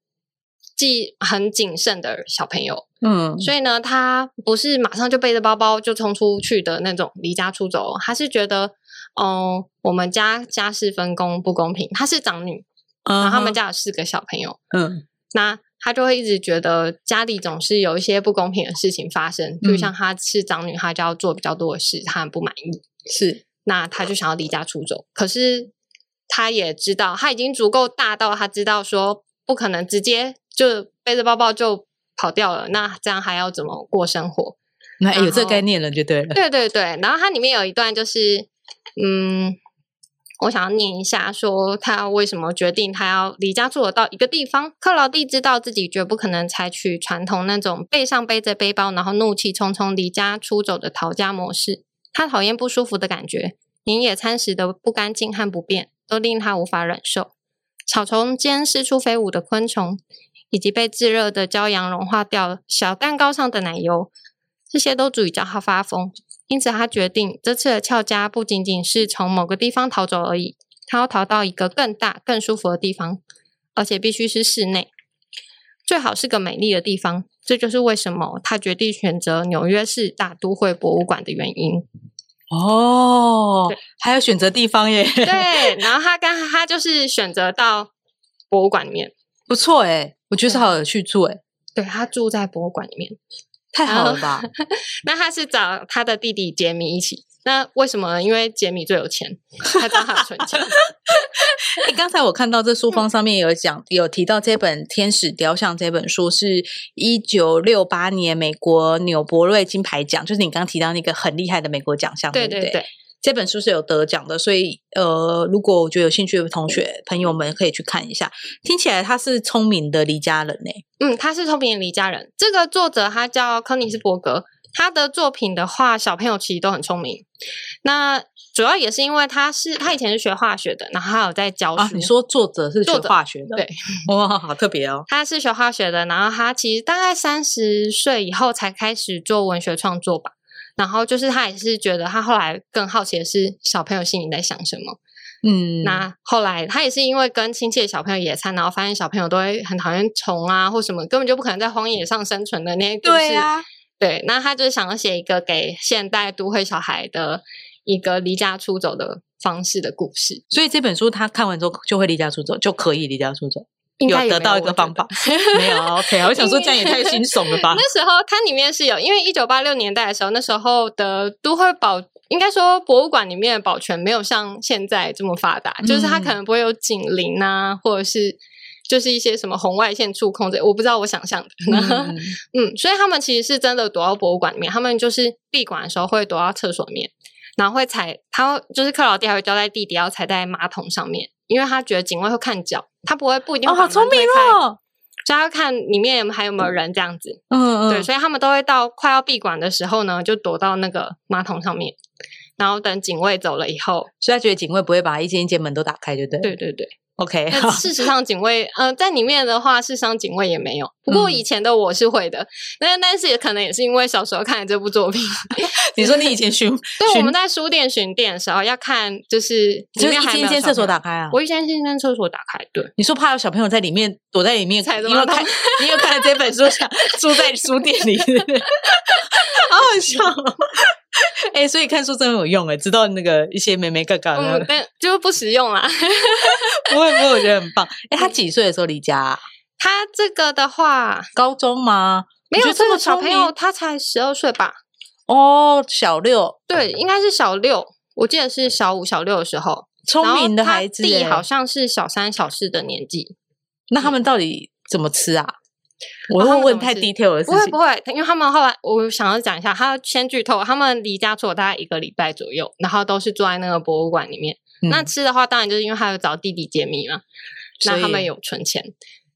S2: 既很谨慎的小朋友，
S1: 嗯，
S2: 所以呢，他不是马上就背着包包就冲出去的那种离家出走哦，他是觉得，哦、我们家家事分工不公平，她是长女，然后他们
S1: 家
S2: 家有四个小朋友，
S1: 嗯。
S2: 那他就会一直觉得家里总是有一些不公平的事情发生，就像她是长女，她就要做比较多的事，她很不满意，
S1: 是，
S2: 那她就想要离家出走。可是她也知道，她已经足够大到她知道说不可能直接就背着包包就跑掉了，那这样还要怎么过生活？
S1: 那哎有
S2: 然
S1: 这个概
S2: 后
S1: 念了就
S2: <laughs>
S1: 对了。
S2: 对对对，然后它里面有一段就是，嗯，我想要念一下，说他为什么决定他要离家出走到一个地方。克劳蒂知道自己绝不可能采取传统那种背上背着背包，然后怒气冲冲离家出走的逃家模式。他讨厌不舒服的感觉，连野餐时的不干净和不便都令他无法忍受。草丛间四处飞舞的昆虫，以及被炙热的骄阳融化掉小蛋糕上的奶油，这些都足以叫他发疯。因此，他决定这次的俏家不仅仅是从某个地方逃走而已，他要逃到一个更大、更舒服的地方，而且必须是室内，最好是个美丽的地方。这就是为什么他决定选择纽约市大都会博物馆的原因。
S1: 哦
S2: 对，
S1: 还有选择地方耶，
S2: 对，然后他跟他就是选择到博物馆里面，
S1: <laughs> 不错哎，我觉得是
S2: 对
S1: 好有去处哎，
S2: 对他住在博物馆里面。
S1: 太
S2: 然
S1: 好
S2: 后
S1: 了吧？
S2: 那他是找他的弟弟杰米一起。那为什么呢？因为杰米最有钱，他帮他存钱。
S1: 哎，刚才我看到这
S2: <laughs>
S1: 书封上面有讲，有提到这本《天使雕像》这本书是一九六八年美国纽伯瑞金牌奖，就是你刚提到那个很厉害的美国奖项，
S2: 对
S1: 不
S2: 对对，
S1: 这本书是有得奖的，所以呃，如果我觉得有兴趣的同学朋友们可以去看一下。听起来他是聪明的离家人呢，
S2: 嗯，他是《聪明的离家人》这个作者，他叫柯尼斯伯格。他的作品的话，小朋友其实都很聪明。那主要也是因为他是他以前是学化学的，然后他有在教书。
S1: 啊，你说作者是学
S2: 哦作者
S1: 化学的，
S2: 对，
S1: <laughs> 哇，好特别哦，
S2: 他是学化学的，然后他其实大概三十岁以后才开始做文学创作吧。然后就是他也是觉得他后来更好奇的是小朋友心里在想什么。
S1: 嗯，
S2: 那后来他也是因为跟亲戚的小朋友野餐，然后发现小朋友都会很讨厌虫啊或什么，根本就不可能在荒野上生存的那些故事。
S3: 对啊，
S2: 对，那他就是想要写一个给现代都会小孩的一个离家出走的方式的故事，
S1: 所以这本书他看完之后就会离家出走，就可以离家出走，
S2: 应
S1: 有
S2: 该也
S1: 得
S2: 没
S1: 到一
S2: 我
S1: 个
S2: 觉
S1: 方
S2: 得
S1: 法。 <laughs> 没有啊 OK，我想说这样也
S2: <laughs>
S1: 太惊悚了吧？
S2: 那时候它里面是有，因为一九八六年代的时候，那时候的都会保，应该说博物馆里面的保全没有像现在这么发达，就是它
S1: 嗯
S2: 可能不会有警铃啊，或者是就是一些什么红外线触控这，我不知道我想象的。 <laughs>
S1: 嗯
S2: 嗯，所以他们其实是真的躲到博物馆里面，他们就是闭馆的时候会躲到厕所里面，然后会踩，他会就是克劳地还会交代弟弟要踩在马桶上面，因为他觉得警卫会看脚，他不会不一定
S1: 哦，
S2: 会把
S1: 好
S2: 门
S1: 聪明
S2: 推开，
S1: <laughs> 哦！
S2: 所以他要看里面有没有还有没有人这样子。
S1: 嗯嗯，
S2: 对，所以他们都会到快要闭馆的时候呢，就躲到那个马桶上面，然后等警卫走了以后，
S1: 所以他觉得警卫不会把一间一间门都打开，对不对？
S2: 对对对。
S1: ，OK，好
S2: 那事实上，警卫呃，在里面的话，事实上警卫也没有。不过
S1: 嗯
S2: 以前的我是会的，那、但是也可能也是因为小时候看了这部作品，
S1: 你说你以前巡，
S2: 对，我
S1: 巡
S2: 们在书店巡店的时候要看，就是里
S1: 就是
S2: 面
S1: 一
S2: 还
S1: 间
S2: 没
S1: 一
S2: 有
S1: 间
S2: 小
S1: 厕所
S2: 朋
S1: 打。
S2: 友
S1: 开啊？
S2: 我一间先间厕所打开，对，
S1: 你说怕有小朋友在里面躲在里面，
S2: 踩着
S1: 因为
S2: 马桶
S1: 看因为看了这本书，想住在书店里，好 <laughs> 好笑哦。哎、所以看书真的有用哎，知道那个一些美眉嘎嘎
S2: 嗯
S1: 的，，
S2: 但就是不实用啦。
S1: 不会不会，我觉得很棒。哎、他几岁的时候离家啊、
S2: 他这个的话，
S1: 高中吗？
S2: 没
S1: 你觉
S2: 有
S1: 得这
S2: 这
S1: 么
S2: 个小
S1: 聪
S2: 朋
S1: 明
S2: 友，他才十二岁吧？
S1: 哦，小六，
S2: 对，应该是小六，我记得是小五、小六的时候。
S1: 聪明的孩子
S2: 然后他弟
S1: 哎
S2: 好像是小三、小四的年纪，
S1: 那他们到底怎么吃啊？我
S2: 哦他
S1: 会
S2: 们
S1: 问
S2: 怎么
S1: 太
S2: 吃
S1: detail 的事
S2: 不会
S1: 情
S2: 不。会，因为他们后来我想要讲一下，他先剧透，他们离家出走大概一个礼拜左右，然后都是住在那个博物馆里面。那
S1: 嗯
S2: 吃的话，当然就是因为他有找弟弟解密嘛，
S1: 所
S2: 那
S1: 以
S2: 他们有存钱，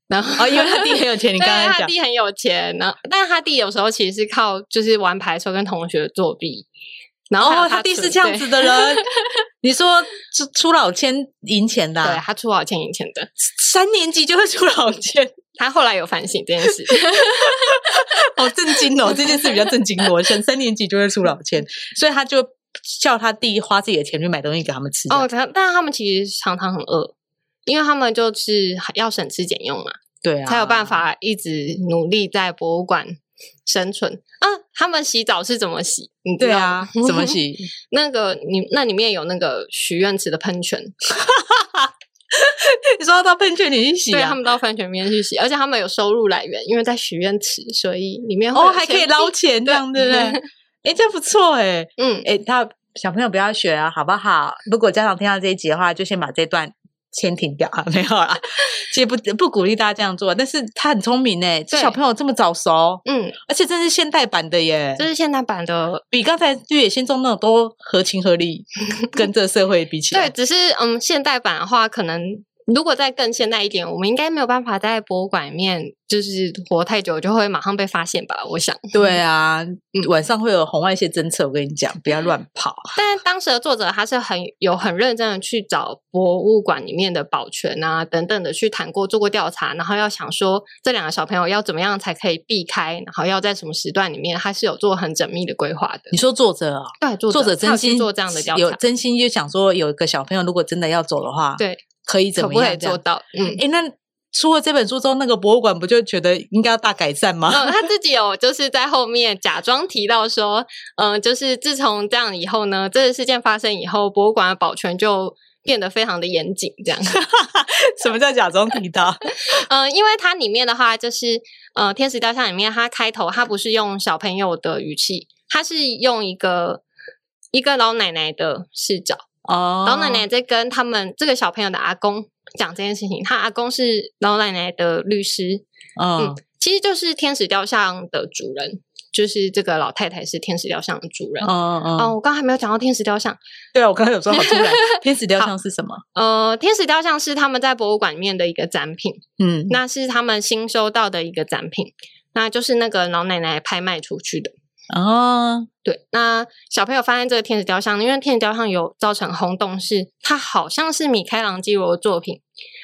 S2: 然后
S1: 哦，因为他弟很有钱，你刚
S2: 对啊
S1: 刚
S2: 他
S1: 讲，
S2: 弟很有钱，然后但他弟有时候其实是靠就是玩牌的时候跟同学作弊，然后还有
S1: 哦，他弟是
S2: 存
S1: 这样
S2: 对
S1: 子的
S2: <laughs>
S1: 人。你说出出老千赢钱的
S2: 对
S1: 啊、
S2: 他出好钱赢钱的，
S1: 三年级就会出老千，
S2: 他后来有反省这
S1: <laughs>
S2: 件事。
S1: 好震惊哦！这件事比较震惊我，像三年级就会出老千，所以他就叫他弟花自己的钱去买东西给他们吃。 <laughs>
S2: 哦，，他但他们其实常常很饿，因为他们就是要省吃俭用嘛，
S1: 对啊，
S2: 才有办。法一直努力在博物馆生存啊。他们洗澡是怎么洗？你知
S1: 对
S2: 道
S1: 啊
S2: 吗，
S1: 怎么？
S2: <laughs>
S1: 洗？
S2: 那个你那里面有那个许愿池的喷泉，
S1: 你说到喷泉里去洗
S2: 对
S1: 啊？
S2: 他们到饭泉里面去洗，而且他们有收入来源，因为在许愿池，所以里面会
S1: 哦，
S2: 有
S1: 还可
S2: 钱
S1: 以捞
S2: 币。
S1: 钱，这样对不对？哎，这样不错哎
S2: 嗯，
S1: 哎，他小朋友不要学啊，好不好？如果家长听到这一集的话，就先把这段先停掉啊，没 <laughs> 有啦。其实不不鼓励大家这样做，但是他很聪明哎，这
S2: 对
S1: 小朋友这么早熟，
S2: 嗯，
S1: 而且真是现代版的耶，
S2: 这是现代版的。
S1: 比刚才越野仙踪那种都合情合
S2: <laughs>
S1: 理，跟这社会比起
S2: 对，
S1: 来，
S2: 只是嗯，现代版的话，可能如果再更现代一点，我们应该没有办法在博物馆里面就是活太久，就会马上被发现吧？我
S1: <laughs>
S2: 想。
S1: 对啊，晚上会有红外线侦测，我跟你讲，不要乱跑。啊
S2: 但当时的作者他是很有很认真的去找博物馆里面的保全啊等等的去谈过，做过调查，然后要想说这两个小朋友要怎么样才可以避开，然后要在什么时段里面，他是有做很缜密的规划的
S1: 你。说作者啊，
S2: 对，作
S1: 作者
S2: 他
S1: 真
S2: 有去
S1: 心
S2: 做这样的调
S1: 有
S2: 查，
S1: 真心就想说，有一个小朋友如果真的要走的话，，
S2: 对，
S1: 可以怎
S2: 可
S1: 么
S2: 不可以
S1: 样这
S2: 做
S1: 样？
S2: 到？嗯。
S1: 哎，那出了这本书之后，那个博物馆不就觉得应该要大改善吗？
S2: 嗯，他自己有就是在后面假装提到说，嗯、就是自从这样以后呢，这个事件发生以后，博物馆的保全就变得非常的严谨，
S1: <laughs>
S2: 这样。
S1: <laughs> 什么叫假装提
S2: <laughs>
S1: 到？
S2: 呃，因为它里面的话，就是呃，《天使雕像》里面，它开头它不是用小朋友的语气，它是用一个一个老奶奶的视角，
S1: 哦，
S2: 老奶奶在跟他们这个小朋友的阿公讲这件事情。他阿公是老奶奶的律师，
S1: 嗯
S2: 嗯，其实就是《天使雕像》的主人，就是这个老太太是《天使雕像》的主人。
S1: 嗯嗯
S2: 哦，
S1: 嗯，
S2: 我刚刚还没有讲到《天使雕像》，
S1: 对啊，我刚刚有说好突
S2: <laughs>
S1: 然，天使雕像是什么？
S2: 呃，《天使雕像》是他们在博物馆里面的一个展品。
S1: 嗯，
S2: 那是他们新收到的一个展品，那就是那个老奶奶拍卖出去的。
S1: 哦，
S2: 对，那小朋友发现这个天使雕像，因为天使雕像有造成轰动是，它好像是米开朗基罗的作品，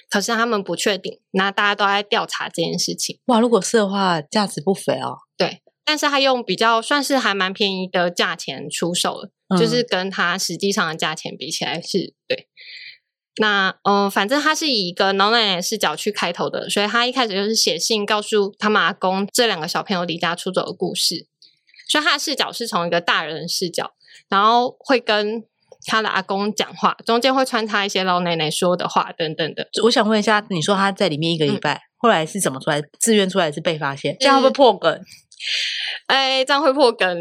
S2: 可是他们不确定，那大家都在调查这件事情。
S1: 哇，如果是的话，价值不菲哦。
S2: 对，但是他用比较算是还蛮便宜的价钱出售了，
S1: 嗯
S2: 就是跟他实际上的价钱比起来是对。那嗯、呃，反正他是以一个老奶奶的视角去开头的，所以他一开始就是写信告诉他们阿公这两个小朋友离家出走的故事，所以他的视角是从一个大人的视角，然后会跟他的阿公讲话，中间会穿插一些老奶奶说的话等等的。
S1: 我想问一下，你说他在里面一个礼
S2: 嗯
S1: 拜，后来是怎么出来？自愿出来是被发现，这样会不会破梗？
S2: 哎，这样会破梗，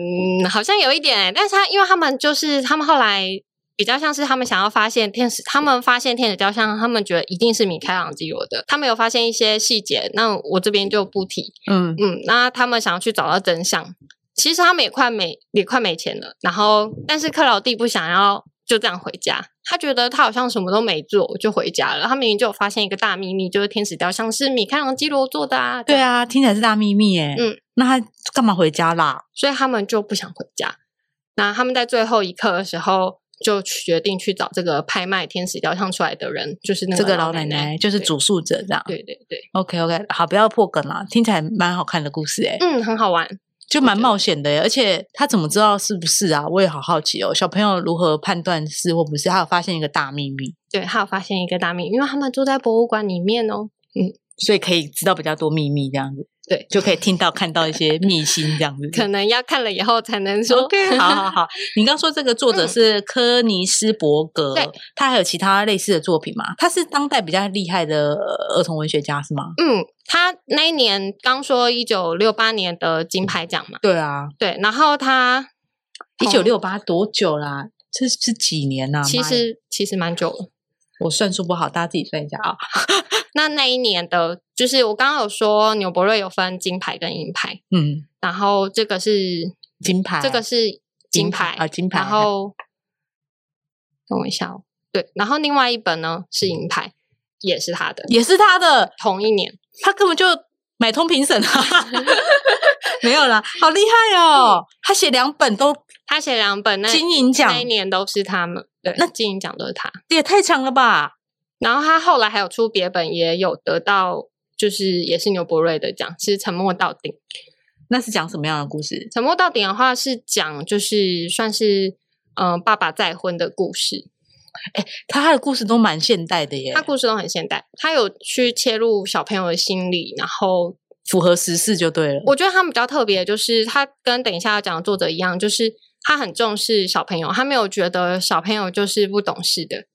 S2: 好像有一点、欸。但是他因为他们就是他们后来比较像是他们想要发现天使，他们发现天使雕像，他们觉得一定是米开朗基罗的。他们有发现一些细节，那我这边就不提。
S1: 嗯，
S2: 嗯，那他们想要去找到真相，其实他们也快没也快没钱了。然后，但是克劳蒂不想要就这样回家，他觉得他好像什么都没做就回家了。他明明就有发现一个大秘密，就是天使雕像是米开朗基罗做的啊。
S1: 对，啊，听起来是大秘密耶。
S2: 嗯，
S1: 那他干嘛回家啦？
S2: 所以他们就不想回家。那他们在最后一刻的时候，就决定去找这个拍卖天使雕像出来的人，就是那
S1: 这
S2: 个
S1: 个
S2: 老
S1: 老奶
S2: 奶
S1: 奶就是
S2: 对
S1: 主述者这样。
S2: 对对对，
S1: OK OK，好，不要破梗啦，听起来蛮好看的故事哎、
S2: 嗯，很好玩。
S1: 就蛮冒险的耶。而且他怎么知道是不是啊？我也好好奇哦，小朋友如何判断是或不是？他有发现一个大秘密，
S2: 对，还有发现一个大秘密，因为他们住在博物馆里面哦。
S1: 所以可以知道比较多秘密这样子。
S2: 对，
S1: 就可以听到看到一些秘辛这样子。
S2: 可能要看了以后才能说。
S1: 嗯
S2: <laughs>
S1: OK，好好好。你刚说这个作者
S2: 嗯
S1: 是科尼斯伯格，
S2: 对
S1: 他还有其他类似的作品吗？他是当代比较厉害的呃儿童文学家是吗？
S2: 嗯，他那一年刚说一九六八年的金牌奖嘛，
S1: 对啊，
S2: 对，然后他哦
S1: 一九六八多久啦？这是几年呐、啊？
S2: 其
S1: 妈呀
S2: 实其实蛮久了。
S1: 我算数不好，大家自己算一下啊。
S2: 那那一年的，就是我刚刚有说纽伯瑞有分金牌跟银牌，
S1: 嗯，
S2: 然后这个是
S1: 金牌，
S2: 这个是金牌
S1: 啊，金牌。
S2: 然后等我一下哦，对，然后另外一本呢是银牌，也是他的，
S1: 也是他的，
S2: 同一年。
S1: 他根本就买通评审啊， <laughs> 没有啦，好厉害哦！他写两本都
S2: 他写两本，那
S1: 金银奖
S2: 嗯那一，年都是他们，对，
S1: 那
S2: 那金银奖都是他。
S1: 也太强了吧！
S2: 然后他后来还有出别本，也有得到，就是也是牛伯瑞的奖，是《沉默到顶》。
S1: 那是讲什么样的故事？
S2: 《沉默到顶》的话是讲就是算是嗯、呃爸爸再婚的故事，
S1: 他他的故事都蛮现代的耶
S2: 他，故事都很现代，他有去切入小朋友的心理，然后
S1: 符合时事就对了。
S2: 我觉得他们比较特别，就是他跟等一下要讲的作者一样，就是他很重视小朋友，他没有觉得小朋友就是不懂事的，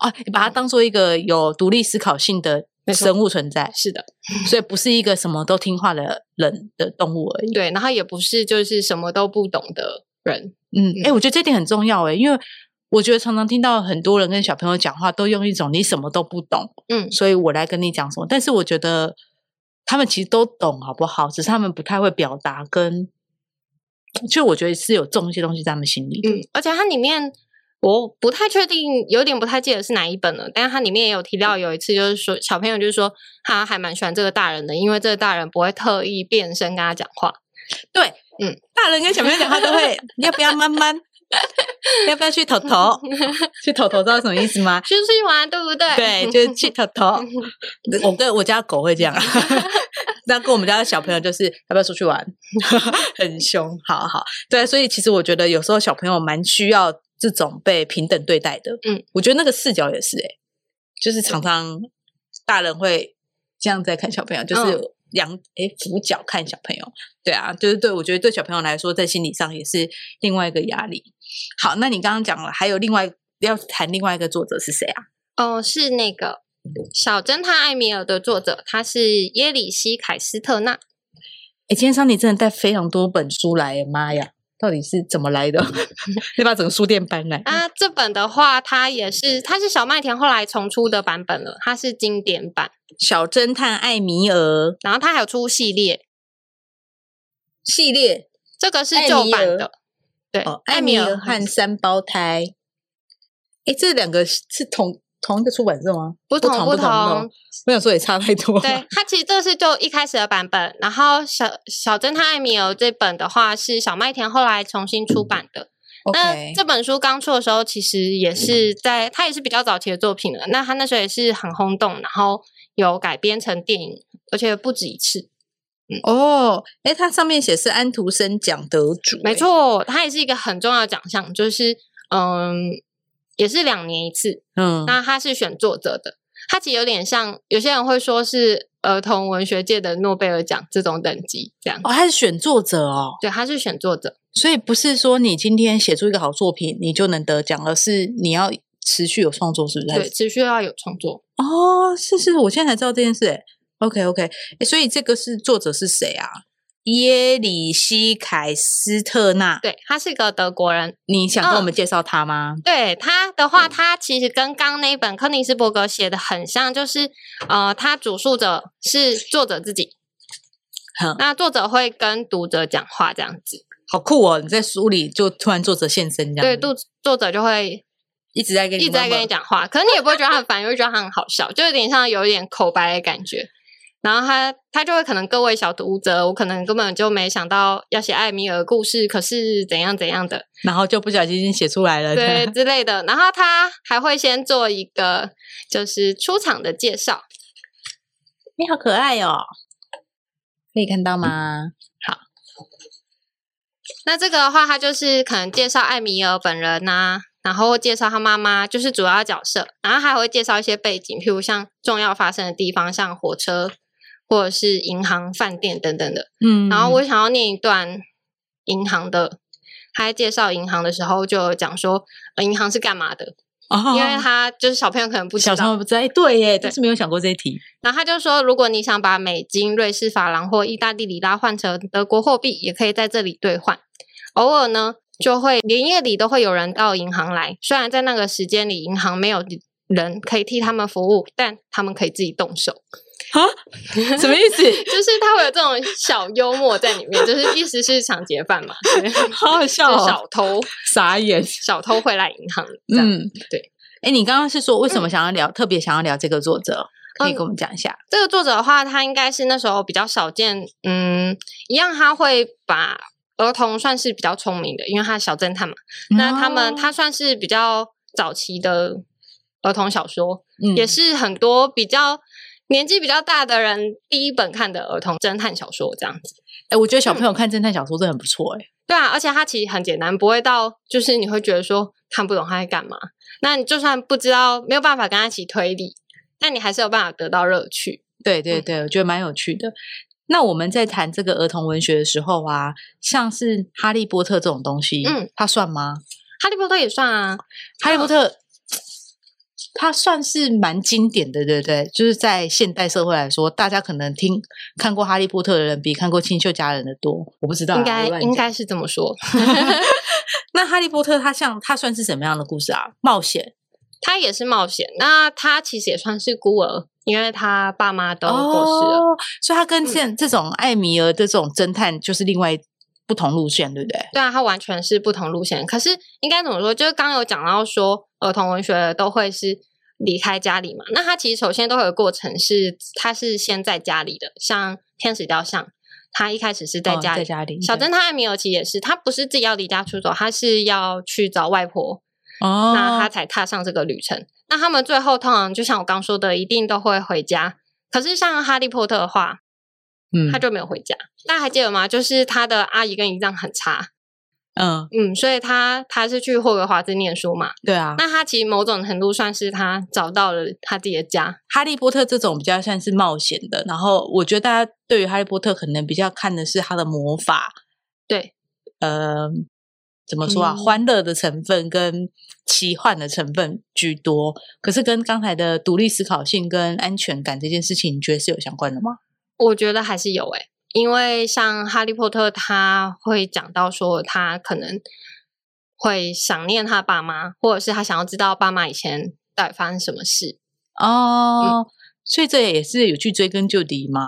S1: 啊，你把它当做一个有独立思考性的
S2: 没错
S1: 生物存在，
S2: 是的，
S1: 所以不是一个什么都听话的人的动物而已。
S2: 对，然后也不是就是什么都不懂的人，
S1: 嗯，哎、我觉得这点很重要哎，因为我觉得常常听到很多人跟小朋友讲话，都用一种你什么都不懂，
S2: 嗯
S1: 所以我来跟你讲什么。但是我觉得他们其实都懂，好不好？只是他们不太会表达跟，就我觉得是有种一些东西在他们心里的。
S2: 嗯，而且它里面我不太确定，有点不太记得是哪一本了。但是它里面也有提到，有一次就是说小朋友就是说他还蛮喜欢这个大人的，因为这个大人不会特意变身跟他讲话。
S1: 对，
S2: 嗯，
S1: 大人跟小朋友讲话都
S2: <laughs>
S1: 会，要不要慢慢？要不要去头头？去头头知道什么意思吗？
S2: 出去玩对不对？
S1: 对，就是去头
S2: <laughs>
S1: 头。我跟我家狗会这样， <laughs> 那跟我们家的小朋友就是要不要出去玩， <laughs> 很凶。好好，对，所以其实我觉得有时候小朋友蛮需要这种被平等对待的。
S2: 嗯，
S1: 我觉得那个视角也是、欸，就是常常大人会这样在看小朋友，就是
S2: 嗯
S1: 仰哎、俯角看小朋友。对啊，就是对我觉得对小朋友来说，在心理上也是另外一个压力。好，那你刚刚讲了，还有另外要谈另外一个作者是谁啊？
S2: 哦，是那个《小侦探艾米尔》的作者，他是耶里希·凯斯特纳。
S1: 哎，今天桑尼真的带非常多本书来耶，妈呀，到底是怎么来的？ <laughs> 你把整个书店搬来？
S2: 啊，这本的话，它也是它是小麦田后来重出的版本了，它是经典版，
S1: 小侦探艾米尔
S2: 然后它还有出系列，
S1: 系列
S2: 这个是
S1: 艾
S2: 旧
S1: 米
S2: 版
S1: 尔
S2: 的。对，
S1: 哦，
S2: 艾
S1: 艾
S2: 米
S1: 米
S2: 尔
S1: 尔
S2: 汗
S1: 和三胞胎。哎，这两个是是同同一个出版社吗？
S2: 不同嗯
S1: 不
S2: 不
S1: 同哦
S2: 同。
S1: 我想说也差太多了。
S2: 对，它其实这是就一开始的版本，然后小小侦探艾米尔这本的话是小麦田后来重新出版的。那
S1: ，OK，
S2: 这本书刚出的时候，其实也是在它也是比较早期的作品了。那它那时候也是很轰动，然后有改编成电影，而且不止一次。
S1: 哦，哎，它上面写是安徒生奖得主，欸
S2: 没，错，它也是一个很重要的奖项，就是嗯，也是两年一次。
S1: 嗯，
S2: 那它是选作者的，它其实有点像有些人会说是儿童文学界的诺贝尔奖这种等级这样。
S1: 哦，它是选作者哦，
S2: 对，它是选作者，
S1: 所以不是说你今天写出一个好作品，你就能得奖，而是你要持续有创作，是不是？还
S2: 对，
S1: 是
S2: 持续要有创作。
S1: 哦，是是，我现在才知道这件事。哎，OK OK，诶所以这个是作者是谁啊？耶里希凯斯特纳，
S2: 对，他是个德国人。
S1: 你想跟我
S2: 嗯
S1: 们介绍他吗？
S2: 对他的
S1: 嗯
S2: 话，他其实跟刚刚那一本柯尼斯伯格写的很像，就是呃，他主述者是作者自己，
S1: <laughs> 哼，
S2: 那作者会跟读者讲话这样子。
S1: 好酷哦！你在书里就突然作者现身这样
S2: 对，
S1: 子，
S2: 读作者就会
S1: 一直在跟你
S2: 一直在跟你讲话，可是你也不会觉得他很烦，也会觉得他很好笑，就有点像有一点口白的感觉。然后他他就会可能各位小读者，我可能根本就没想到要写艾米尔的故事，可是怎样怎
S1: <laughs>
S2: 样的，
S1: 然后就不小心写出来了。
S2: 对
S1: <laughs>
S2: 之类的。然后他还会先做一个就是出场的介绍，
S1: 你好可爱哦，可以看到吗？
S2: 那这个的话，他就是可能介绍艾米尔本人呐、然后介绍他妈妈，就是主要角色，然后还会介绍一些背景，譬如像重要发生的地方，像火车或者是银行、饭店等等的。
S1: 嗯
S2: 然后我想要念一段银行的，他在介绍银行的时候就有讲说，呃银行是干嘛的，
S1: 哦
S2: 因为他就是小朋友可能不知
S1: 小时
S2: 道
S1: 候，不知道，哎，对耶，
S2: 对
S1: 但是没有想过这一
S2: <laughs>
S1: 题。
S2: 然后他就说，如果你想把美金、瑞士法郎或意大利里拉换成德国货币，也可以在这里兑换。偶尔呢，就会连夜里都会有人到银行来，虽然在那个时间里银行没有人可以替他们服务，但他们可以自己动手。
S1: 啊，什么意思？
S2: 就是他会有这种小幽默在里面，就是意思是抢劫犯嘛，对就
S1: 好好 <laughs> 笑
S2: 是
S1: 哦
S2: 小，偷
S1: 傻眼。
S2: 小偷会来银行。这样
S1: 嗯，
S2: 对。
S1: 哎，你刚刚是说为什么想要聊，特别想要聊这个作者？可以
S2: 嗯
S1: 跟我们讲一下。
S2: 这个作者的话，他应该是那时候比较少见，嗯，一样他会把儿童算是比较聪明的，因为他是小侦探嘛。那他们
S1: 哦
S2: 他算是比较早期的儿童小说，
S1: 嗯
S2: 也是很多比较年纪比较大的人第一本看的儿童侦探小说这样子。
S1: 哎，我觉得小朋友看侦探小说真的很不错哎。
S2: 对啊，而且它其实很简单，不会到就是你会觉得说看不懂他在干嘛。那你就算不知道，没有办法跟他一起推理，但你还是有办法得到乐趣。
S1: 对对
S2: 嗯
S1: 对，我觉得蛮有趣的。那我们在谈这个儿童文学的时候啊，像是《哈利波特》这种东西，
S2: 嗯，
S1: 它算吗？
S2: 哈利波特也算啊，
S1: 《哈利波特》它算是蛮经典的，对不对？就是在现代社会来说，大家可能听看过《哈利波特》的人比看过《清秀佳人》的多，我不知道啊、
S2: 应
S1: 我
S2: 该
S1: 乱
S2: 应
S1: 讲。
S2: 该是这么说。
S1: 那《哈利波特》它像它算是什么样的故事啊？冒险
S2: 他也是冒险，那他其实也算是孤儿，因为他爸妈都过世了。
S1: 哦，所以它
S2: 嗯
S1: 跟现这种艾米尔这种侦探就是另外不同路线，对不对？
S2: 对啊，他完全是不同路线。可是应该怎么说？就是刚刚有讲到说，儿童文学都会是离开家里嘛。那他其实首先都有个过程是，他是先在家里的，像天使雕像，他一开始是在
S1: 哦
S2: 家里。
S1: 在家里，
S2: 小
S1: 对
S2: 侦探艾米尔其实也是，他不是自己要离家出走，他是要去找外婆。
S1: 哦，
S2: 那他才踏上这个旅程。那他们最后通常就像我刚说的，一定都会回家。可是像哈利波特的话，
S1: 嗯
S2: 他就没有回家。大家还记得吗？就是他的阿姨跟姨丈很差，
S1: 嗯，
S2: 嗯，所以他他是去霍格华兹念书嘛。
S1: 对啊。
S2: 那他其实某种程度算是他找到了他自己的家。
S1: 哈利波特这种比较算是冒险的，然后我觉得大家对于哈利波特可能比较看的是他的魔法，
S2: 对，
S1: 呃，怎么说啊，
S2: 嗯
S1: 欢乐的成分跟奇幻的成分居多。可是跟刚才的独立思考性跟安全感这件事情，你觉得是有相关的吗？
S2: 我觉得还是有诶、欸因为像哈利波特，他会讲到说他可能会想念他爸妈，或者是他想要知道爸妈以前到底发生什么事。
S1: 哦，所以这也是有去追根究底嘛。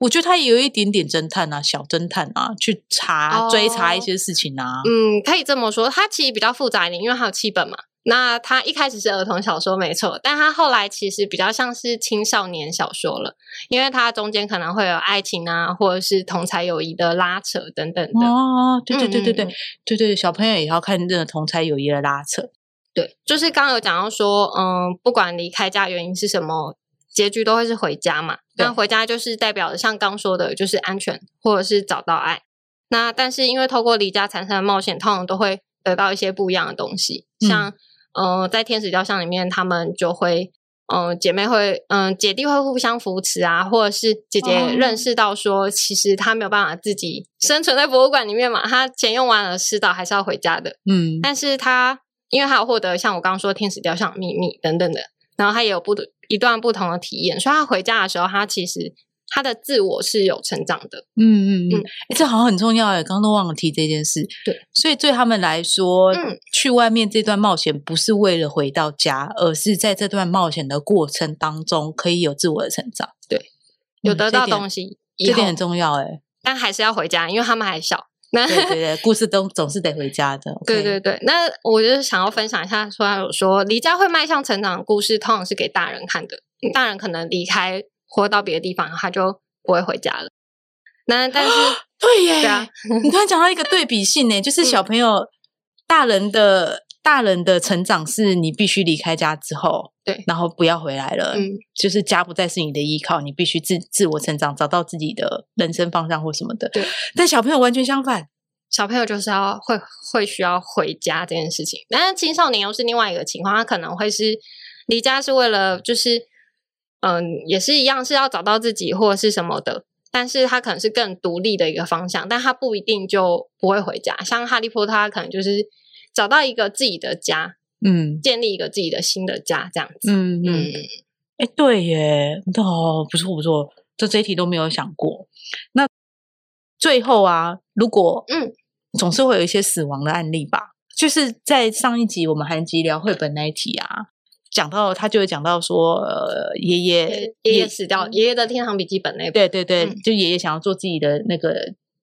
S1: 我觉得他也有一点点侦探啊，小侦探啊，去查、追查一
S2: 哦
S1: 些事情啊。
S2: 嗯，可以这么说，它其实比较复杂一点，因为它有七本嘛。那它一开始是儿童小说没错，但它后来其实比较像是青少年小说了，因为它中间可能会有爱情啊，或者是同才友谊的拉扯等等的。
S1: 哦，对对对对对
S2: 嗯嗯嗯
S1: 对对，小朋友也要看这个同才友谊的拉扯。
S2: 对，就是刚刚有讲到说，嗯，不管离开家原因是什么，结局都会是回家嘛。
S1: 对
S2: 那回家就是代表像刚说的，就是安全或者是找到爱。那但是因为透过离家产生的冒险，通常都会得到一些不一样的东西，
S1: 嗯
S2: 像呃，在天使雕像里面，他们就会。嗯，姐妹会，嗯，姐弟会互相扶持啊，或者是姐姐
S1: 哦
S2: 认识到说，其实她没有办法自己生存在博物馆里面嘛，她钱用完了，迟早还是要回家的。
S1: 嗯，
S2: 但是他因为他有获得像我刚刚说天使雕像的秘密等等的，然后他也有不一段不同的体验，所以他回家的时候，他其实他的自我是有成长的。
S1: 嗯嗯嗯
S2: 嗯，
S1: 诶这好像很重要哎，刚刚都忘了提这件事。
S2: 对，
S1: 所以对他们来说，
S2: 嗯
S1: 去外面这段冒险不是为了回到家，而是在这段冒险的过程当中可以有自我的成长，
S2: 对有
S1: 嗯
S2: 得到东
S1: 西，
S2: 西以
S1: 这
S2: 后
S1: 点，很重要哎。
S2: 但还是要回家，因为他们还小。那
S1: 对对对，故事都总是得回家的。
S2: <laughs> 对对对，那我就是想要分享一下，说他有说离家会迈向成长的故事，通常是给大人看的。大人可能离开，活到别的地方，他就不会回家了。
S1: <gasps>
S2: 那但是
S1: 对耶，
S2: 对啊，
S1: <laughs> 你突然讲到一个对比性
S2: <laughs>
S1: 嗯呢，就是小朋友、大人的大人的成长是你必须离开家之后，
S2: 对
S1: 然后不要回来了，
S2: 嗯，
S1: 就是家不再是你的依靠，你必须自自我成长，找到自己的人生方向或什么的。
S2: 对，
S1: 但小朋友完全相反，
S2: 小朋友就是要会会需要回家这件事情，但是青少年又是另外一个情况，他可能会是离家是为了就是嗯，也是一样是要找到自己或者是什么的，但是他可能是更独立的一个方向，但他不一定就不会回家。像哈利波特，他可能就是找到一个自己的家，
S1: 嗯
S2: 建立一个自己的新的家这样子。
S1: 嗯嗯，
S2: 嗯
S1: 哎、对耶，哦，不错不错，这这一题都没有想过。那最后啊，如果
S2: 嗯，
S1: 总是会有一些死亡的案例吧。就是在上一集我们韩集聊绘本那一题啊，讲到他就有讲到说，呃，爷爷嗯
S2: 爷爷死掉，爷爷的天堂笔记本那本，
S1: 对对对，
S2: 嗯
S1: 就爷爷想要做自己的那个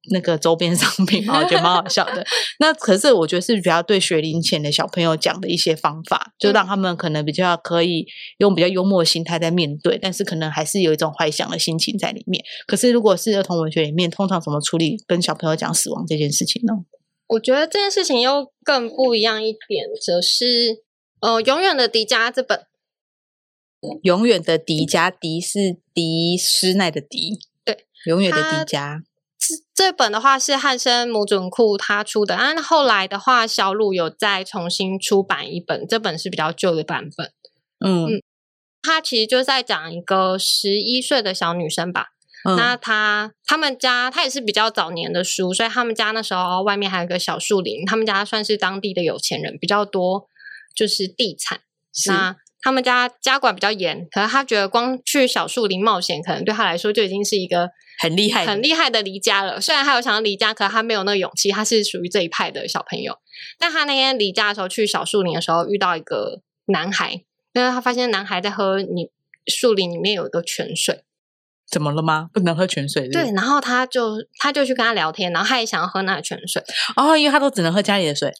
S1: 那个周边商品嘛，我觉得蛮好笑 <laughs> 的。那可是我觉得是比较对学龄前的小朋友讲的一些方法，就
S2: 嗯
S1: 让他们可能比较可以用比较幽默的心态在面对，但是可能还是有一种怀想的心情在里面。可是如果是儿童文学里面，通常怎么处理跟小朋友讲死亡这件事情呢？
S2: 我觉得这件事情又更不一样一点，则是呃，永远的迪迦这本。
S1: 永远的迪迦，迪是迪施耐的迪，
S2: 对，
S1: 永远的
S2: 他
S1: 迪迦，
S2: 这这本的话是汉森母准库他出的，但后来的话，小鲁有再重新出版一本，这本是比较旧的版本。
S1: 嗯
S2: 嗯他其实就在讲一个十一岁的小女生吧，
S1: 嗯
S2: 那他他们家他也是比较早年的书，所以他们家那时候外面还有一个小树林，他们家算是当地的有钱人，比较多就是地产。
S1: 是
S2: 那他们家家管比较严，可是他觉得光去小树林冒险，可能对他来说就已经是一个
S1: 很厉害的
S2: 很厉害的离家了。虽然他有想要离家，可是他没有那个勇气，他是属于这一派的小朋友。但他那天离家的时候，去小树林的时候遇到一个男孩，因为他发现男孩在喝你树林里面有一个泉水。
S1: 嗯怎么了吗？不能喝泉水是不是
S2: 对，然后他就他就去跟他聊天，然后他也想要喝那个泉水。
S1: 哦，因为他都只能喝家里的水，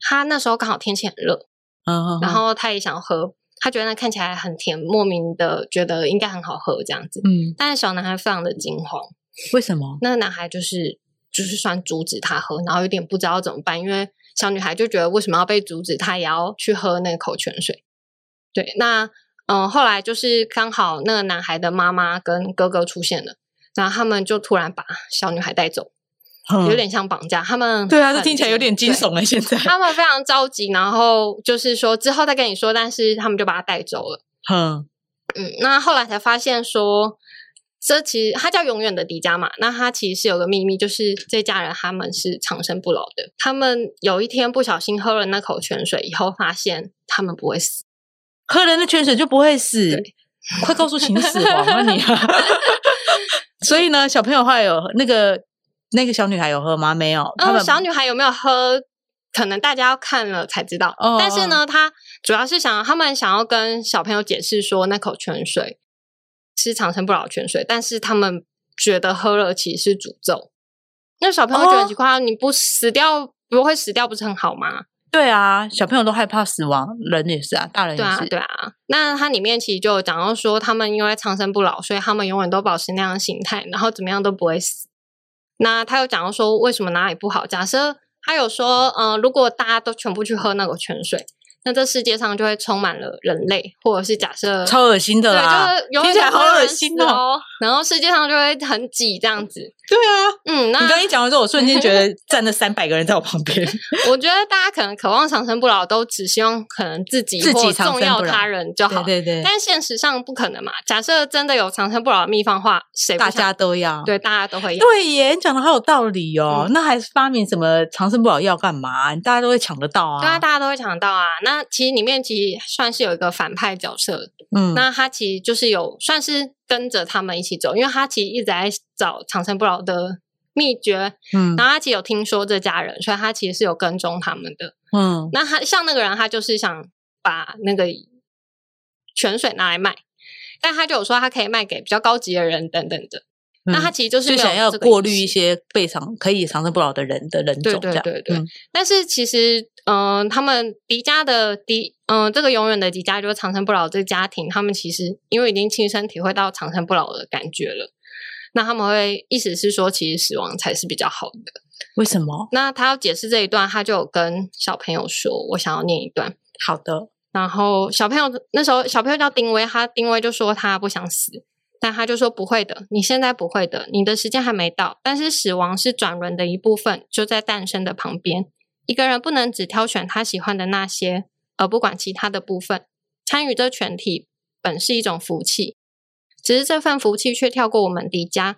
S2: 他那时候刚好天气很热，
S1: 嗯，
S2: 然后他也想喝，他觉得那看起来很甜，莫名的觉得应该很好喝这样子。
S1: 嗯，
S2: 但是小男孩非常的惊慌，
S1: 为什么？
S2: 那个男孩就是就是算阻止他喝，然后有点不知道怎么办，因为小女孩就觉得为什么要被阻止，她也要去喝那口泉水。对，那嗯、呃后来就是刚好那个男孩的妈妈跟哥哥出现了，然后他们就突然把小女孩带走。有点像绑架。他们
S1: 嗯对啊，这
S2: 很
S1: 听起来有点惊。
S2: 对
S1: 悚哎，现在，
S2: <laughs> 他们非常着急，然后就是说之后再跟你说，但是他们就把他带走了。
S1: 嗯
S2: 嗯，那后来才发现说，这其实他叫永远的迪迦嘛，那他其实是有个秘密，就是这家人他们是长生不老的。他们有一天不小心喝了那口泉水以后，发现他们不会死。
S1: 喝了那泉水就不会死。快告诉秦始皇啊你
S2: <laughs>
S1: 啊！所以呢，小朋友后来有那个那个小女孩有喝吗？没有，他
S2: 嗯，
S1: 们
S2: 小女孩有没有喝？可能大家要看了才知道。
S1: 哦
S2: 但是呢，她主要是想他们想要跟小朋友解释说，那口泉水是长生不老泉水，但是他们觉得喝了其实是诅咒。那小朋友觉得很奇怪，
S1: 哦
S2: 你不死掉不会死掉，不是很好吗？
S1: 对啊，小朋友都害怕死亡，人也是啊，大人也
S2: 对啊，
S1: 是，
S2: 对啊。那它里面其实就有讲到说，他们因为长生不老，所以他们永远都保持那样的形态，然后怎么样都不会死。那他有讲到说，为什么哪里不好？假设他有说，呃，如果大家都全部去喝那个泉水，那这世界上就会充满了人类，或者是假设
S1: 超恶心的
S2: 对，
S1: 啦，
S2: 就是永
S1: 听
S2: 远
S1: 起来
S2: 都
S1: 好
S2: 会有
S1: 恶
S2: 人
S1: 心
S2: 死
S1: 哦。
S2: 哦。然后世界上就会很挤这样子。
S1: <laughs> 对啊，
S2: 嗯，那
S1: 你刚一讲完之后，我瞬间觉得站了三百个人在我旁
S2: <laughs>
S1: 边，
S2: 我觉得大家可能渴望长生不老，都只希望可能自己
S1: 自己
S2: 或
S1: 长
S2: 重
S1: 生
S2: 要
S1: 不老
S2: 他人就好。
S1: 对对对，
S2: <laughs> 但现实上不可能嘛。假设真的有长生不老的秘方的话，谁不
S1: 大
S2: 想
S1: 家都要。
S2: 对大家
S1: <laughs>
S2: 都会有。
S1: 对耶，你讲的好有道理哦。
S2: 嗯
S1: 那还发明什么长生不老药干嘛？大家都会抢得到
S2: 对啊，
S1: 啊。
S2: 大家都会想到啊。那其实里面其实算是有一个反派角色，
S1: 嗯，
S2: 那他其实就是有算是跟着他们一起走，因为他其实一直在找长生不老的秘诀，
S1: 嗯
S2: 然后他其实有听说这家人，所以他其实是有跟踪他们的。
S1: 嗯
S2: 那他像那个人，他就是想把那个泉水拿来卖，但他就有说他可以卖给比较高级的人等等的。那他
S1: 嗯
S2: 其实就是
S1: 就
S2: 没有
S1: 想要
S2: 这个
S1: 过
S2: 意
S1: 滤
S2: 识
S1: 一些被长可以长生不老的人的人
S2: 对
S1: 种，
S2: 对
S1: 这样
S2: 对对
S1: 嗯
S2: 但是其实，嗯、他们迪迦的迪，嗯、这个永远的迪迦就是长生不老这个家庭，他们其实因为已经亲身体会到长生不老的感觉了，那他们会意思是说，其实死亡才是比较好的。
S1: 为什么？
S2: 那他要解释这一段，他就有跟小朋友说，我想要念一段。
S1: 好的，
S2: 然后小朋友那时候小朋友叫丁威，他丁威就说他不想死，但他就说不会的，你现在不会的，你的时间还没到。但是死亡是转轮的一部分，就在诞生的旁边。一个人不能只挑选他喜欢的那些，而不管其他的部分。参与这全体本是一种福气，只是这份福气却跳过我们迪迦。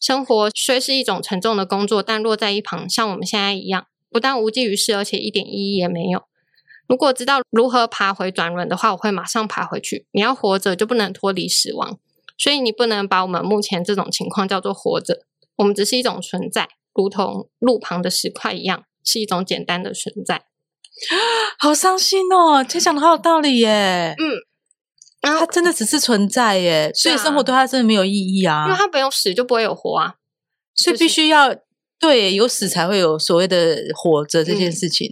S2: 生活虽是一种沉重的工作，但落在一旁，像我们现在一样，不但无济于事，而且一点意义也没有。如果知道如何爬回转轮的话，我会马上爬回去。你要活着就不能脱离死亡，所以你不能把我们目前这种情况叫做活着。我们只是一种存在，如同路旁的石块一样，是一种简单的存在。
S1: 好伤心哦。他讲的好有道理耶。
S2: 然后
S1: 他，真的只是存在耶，所以生活
S2: 嗯啊
S1: 对他真的没有意义啊。
S2: 因为他没有死，就不会有活啊。
S1: 所以
S2: 就
S1: 必
S2: 是
S1: 须要对有死才会有所谓的活着这件
S2: 嗯
S1: 事情。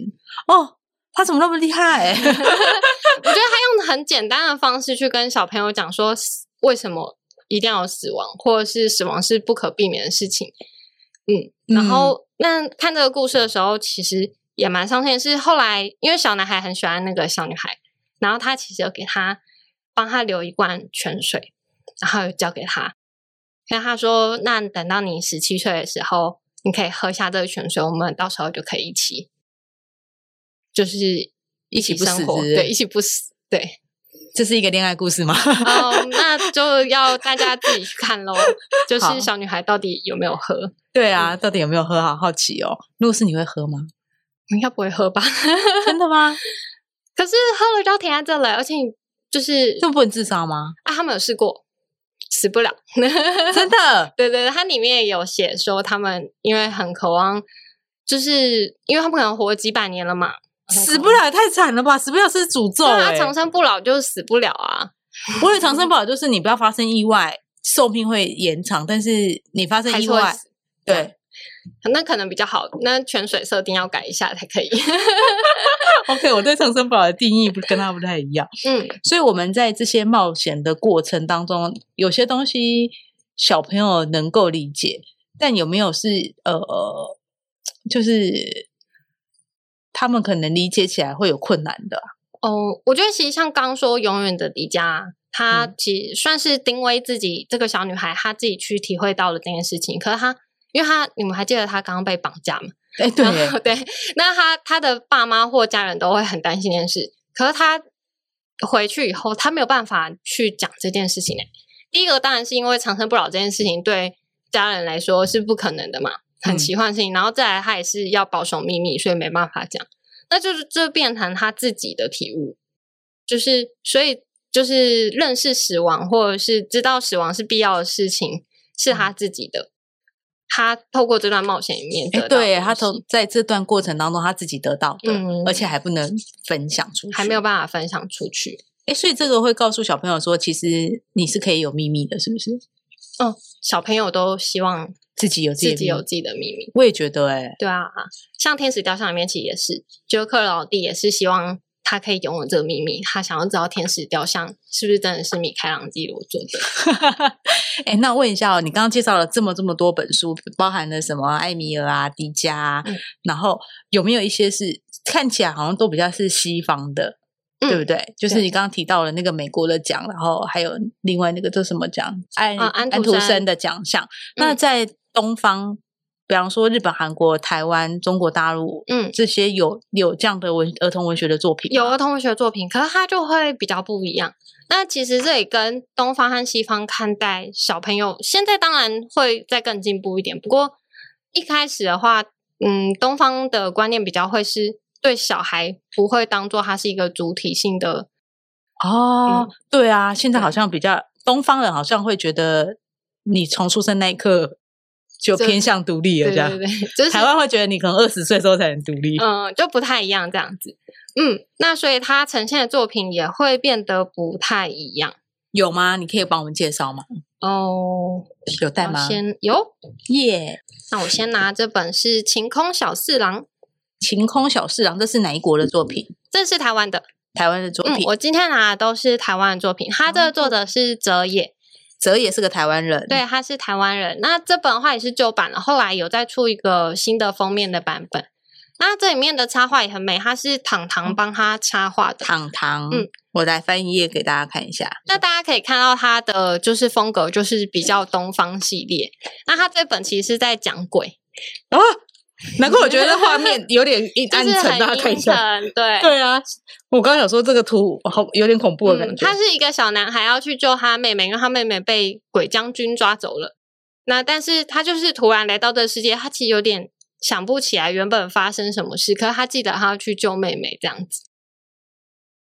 S1: 哦，他怎么那么厉害？
S2: 我觉得他用很简单的方式去跟小朋友讲说，死为什么一定要有死亡，或者是死亡是不可避免的事情。嗯， <laughs> 然后、那看这个故事的时候，其实也蛮伤心的是。后来因为小男孩很喜欢那个小女孩，然后他其实有给他帮他留一罐泉水，然后有交给他，跟他说：“那等到你十七岁的时候，你可以喝下这个泉水，我们到时候就可以一起，就是一
S1: 起
S2: 起
S1: 不死
S2: 生活，
S1: 是不是
S2: 对，一起不死，对。”
S1: <laughs> 这是一个恋爱故事吗？ <laughs>
S2: 哦，那就要大家自己去看喽。就
S1: 好
S2: 是小女孩到底有没有喝？
S1: 对啊，
S2: 嗯
S1: 到底有没有喝？好好奇哦。如果是你会喝吗？
S2: 应该不会喝吧？
S1: 真的吗？
S2: 可是喝了就要停在这了，而且你就是
S1: <laughs> 这不能自杀
S2: <laughs>
S1: 吗？
S2: 啊，他们有试过，死不了。 <laughs>
S1: 真的？
S2: 对对对，它里面也有写说他们因为很渴望，就是因为他们可能活几百年了嘛，
S1: 死不了也太惨了吧！死不了是诅咒、
S2: 对啊，
S1: 欸。
S2: 长生不老就是死不了啊。
S1: 我有长生不老，就是你不要发生意外，寿命会延长，但是你发生
S2: 还
S1: 意
S2: 是会
S1: 外
S2: 死，
S1: 对， <laughs>
S2: 那可能比较好，那泉水设定要改一下才可以。 <laughs>
S1: OK，我对长生不老的定义不跟他不太一样。
S2: 嗯，
S1: 所以我们在这些冒险的过程当中，有些东西小朋友能够理解，但有没有是呃，就是他们可能理解起来会有困难的啊？
S2: 哦，我觉得其实像刚说永远的迪迦，她
S1: 嗯
S2: 其实算是丁薇自己这个小女孩，她自己去体会到了这件事情。可是她，因为她你们还记得她刚刚被绑架吗？
S1: 哎，对
S2: 然
S1: 耶，
S2: 后 <laughs> 对，那她她的爸妈或家人都会很担心这件事。可是她回去以后，她没有办法去讲这件事情呢。第一个当然是因为长生不老这件事情对家人来说是不可能的嘛，很
S1: 嗯
S2: 奇幻的事情。然后再来，她也是要保守秘密，所以没办法讲。那就是这变成他自己的体悟，就是所以就是认识死亡，或者是知道死亡是必要的事情，
S1: 嗯
S2: 是他自己的。他透过这段冒险里面得
S1: 哎，
S2: 到的东西，
S1: 对耶，他从在这段过程当中他自己得到的，
S2: 嗯
S1: 而且还不能分享出去，
S2: 还没有。办法分享出去。
S1: 哎，所以这个会告诉小朋友说，其实你是可以有秘密的，是不是？
S2: 小朋友都希望
S1: 自己有
S2: 自己
S1: 的秘
S2: 有
S1: 密，
S2: 自己的秘密，
S1: 我也觉得，哎，
S2: 对啊，像《天使雕像》里面其实也是，杰克老弟也是希望。他可以拥有这个秘密，他想要知道天使雕像是不是真的是米开朗基罗做的。
S1: <laughs> 哎、那问一下哦，你刚刚介绍了这么这么多本书，包含了什么艾米尔啊、迪迦啊，
S2: 嗯
S1: 然后有没有一些是看起来好像都比较是西方的，
S2: 嗯
S1: 对不对？就是
S2: 对
S1: 你刚刚提到了那个美国的奖，然后还有另外那个叫什么奖，安
S2: 啊安徒
S1: 徒
S2: 生嗯
S1: 生的奖项。那在东方，比方说日本、韩国、台湾、中国大陆，
S2: 嗯
S1: 这些有有这样的文儿童文学的作品
S2: 有
S1: 吗，
S2: 儿童文学作品，可是它就会比较不一样。那其实这也跟东方和西方看待小朋友，现在当然会再更进步一点。不过一开始的话，嗯，东方的观念比较会是对小孩不会当做他是一个主体性的，
S1: 哦，
S2: 嗯
S1: 对啊，现在好
S2: 对
S1: 像比较东方人好像会觉得你从出生那一刻就
S2: 就
S1: 偏向独立了，
S2: 对
S1: 这样
S2: 对。对， <laughs> 就是
S1: 台湾会觉得你可能二十岁之后才能独立，
S2: 嗯、就不太一样这样子。嗯，那所以他呈现的作品也会变得不太一样
S1: 有吗？你可以帮我们介绍吗？
S2: 哦。
S1: 有带
S2: 我
S1: 吗？
S2: 先有，
S1: 耶，
S2: 那我先拿这本是《晴空小四郎》，
S1: 晴空小侍郎》这是哪一国的作品？
S2: 这是台湾的。
S1: 台湾的作
S2: 嗯，
S1: 品，哦
S2: 我今天拿的都是台湾的作品。他这个作者是哲野，
S1: 泽也是个台湾人，
S2: 对，他是台湾人。那这本的话也是旧版了，后来有再出一个新的封面的版本。那这里面的插画也很美，它是糖
S1: 嗯
S2: 糖帮他插画的。
S1: 糖糖，
S2: 嗯
S1: 我来翻一页给大家看一下。
S2: 那大家可以看到它的就是风格，就是比较东方系列。那它这本其实是在讲鬼，
S1: 啊，难怪我觉得画面有
S2: <laughs>
S1: 点阴
S2: 哦就
S1: 暗
S2: 是
S1: 沉，
S2: 很
S1: 大家看一
S2: 阴
S1: 下。
S2: 沉，
S1: <laughs>
S2: 对，
S1: 对啊，我刚刚有说这个图好有点恐怖的感
S2: 嗯，
S1: 觉。
S2: 他是一个小男孩要去救他妹妹，因为他妹妹被鬼将军抓走了。那但是他就是突然来到这个世界，他其实有点想不起来原本发生什么事，可是他记得他要去救妹妹这样子。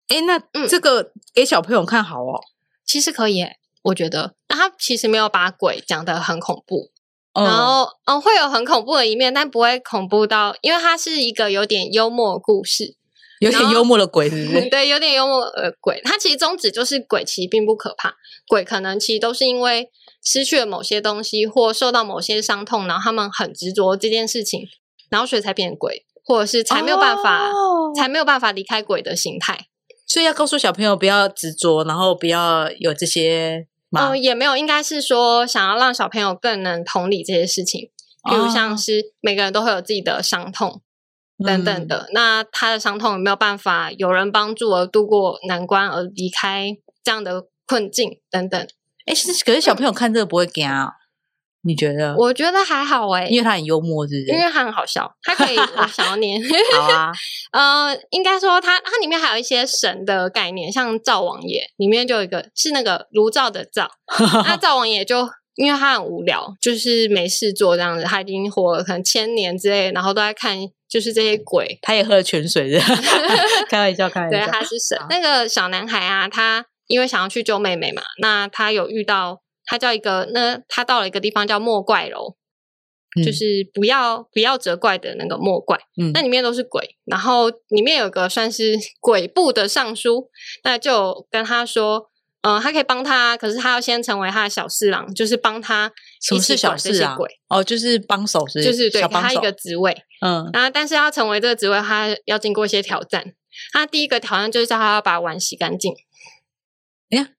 S1: 哎，那
S2: 嗯
S1: 这个给小朋友看好哦。
S2: 其实可以耶，我觉得。那他其实没有把鬼讲得很恐怖，然
S1: 嗯，
S2: 后嗯会有很恐怖的一面，但不会恐怖到，因为它是一个有点幽默的故事。
S1: 有点
S2: 然后
S1: 幽默的鬼是不是？
S2: <laughs> 对，有点幽默呃鬼。它其实宗旨就是鬼其实并不可怕，鬼可能其实都是因为失去了某些东西或受到某些伤痛，然后他们很执着这件事情，然后所以才变鬼，或者是才没有办法，
S1: 哦
S2: 才没有办法离开鬼的形态。
S1: 所以要告诉小朋友不要执着，然后不要有这些嘛。
S2: 嗯、也没有，应该是说想要让小朋友更能同理这些事情，比如像
S1: 哦
S2: 是每个人都会有自己的伤痛。等等
S1: 嗯
S2: 的，那他的伤痛有没有办法有人帮助而度过难关，而离开这样的困境等等？
S1: 哎、其实可是小朋友看这个不会惊啊、你觉得？
S2: 我觉得还好哎、
S1: 因为他很幽默，是不
S2: 因为
S1: 是？
S2: 它很好笑，它可以我想要念，
S1: 好啊，
S2: 呃，应该说它它里面还有一些神的概念，像灶王爷里面就有一个是那个炉灶的灶，那灶王爷就因为他很无聊，就是没事做这样子，他已经活了可能千年之类，然后都在看就是这些鬼，
S1: 他也喝了泉水
S2: <laughs>
S1: 的，开玩笑，开玩
S2: 对，
S1: 笑。
S2: 他是神
S1: 好。
S2: 那个小男孩啊，他因为想要去救妹妹嘛，那他有遇到他叫一个，那他到了一个地方叫莫怪楼，
S1: 嗯
S2: 就是不要不要责怪的那个莫怪。
S1: 嗯
S2: 那里面都是鬼，然后里面有个算是鬼部的尚书，那就有跟他说，呃，他可以帮他，可是他要先成为他的小侍郎，就是帮他
S1: 什
S2: 一
S1: 么是
S2: 起
S1: 小
S2: 管这
S1: 事
S2: 些
S1: 啊
S2: 鬼，？
S1: 哦，就是帮手，是不
S2: 就是对
S1: 小
S2: 给
S1: 帮
S2: 他一
S1: 手。
S2: 个职位。
S1: 嗯，
S2: 然后，但是要成为这个职位，他要经过一些挑战。他第一个挑战就是他要把碗洗干净。
S1: 哎呀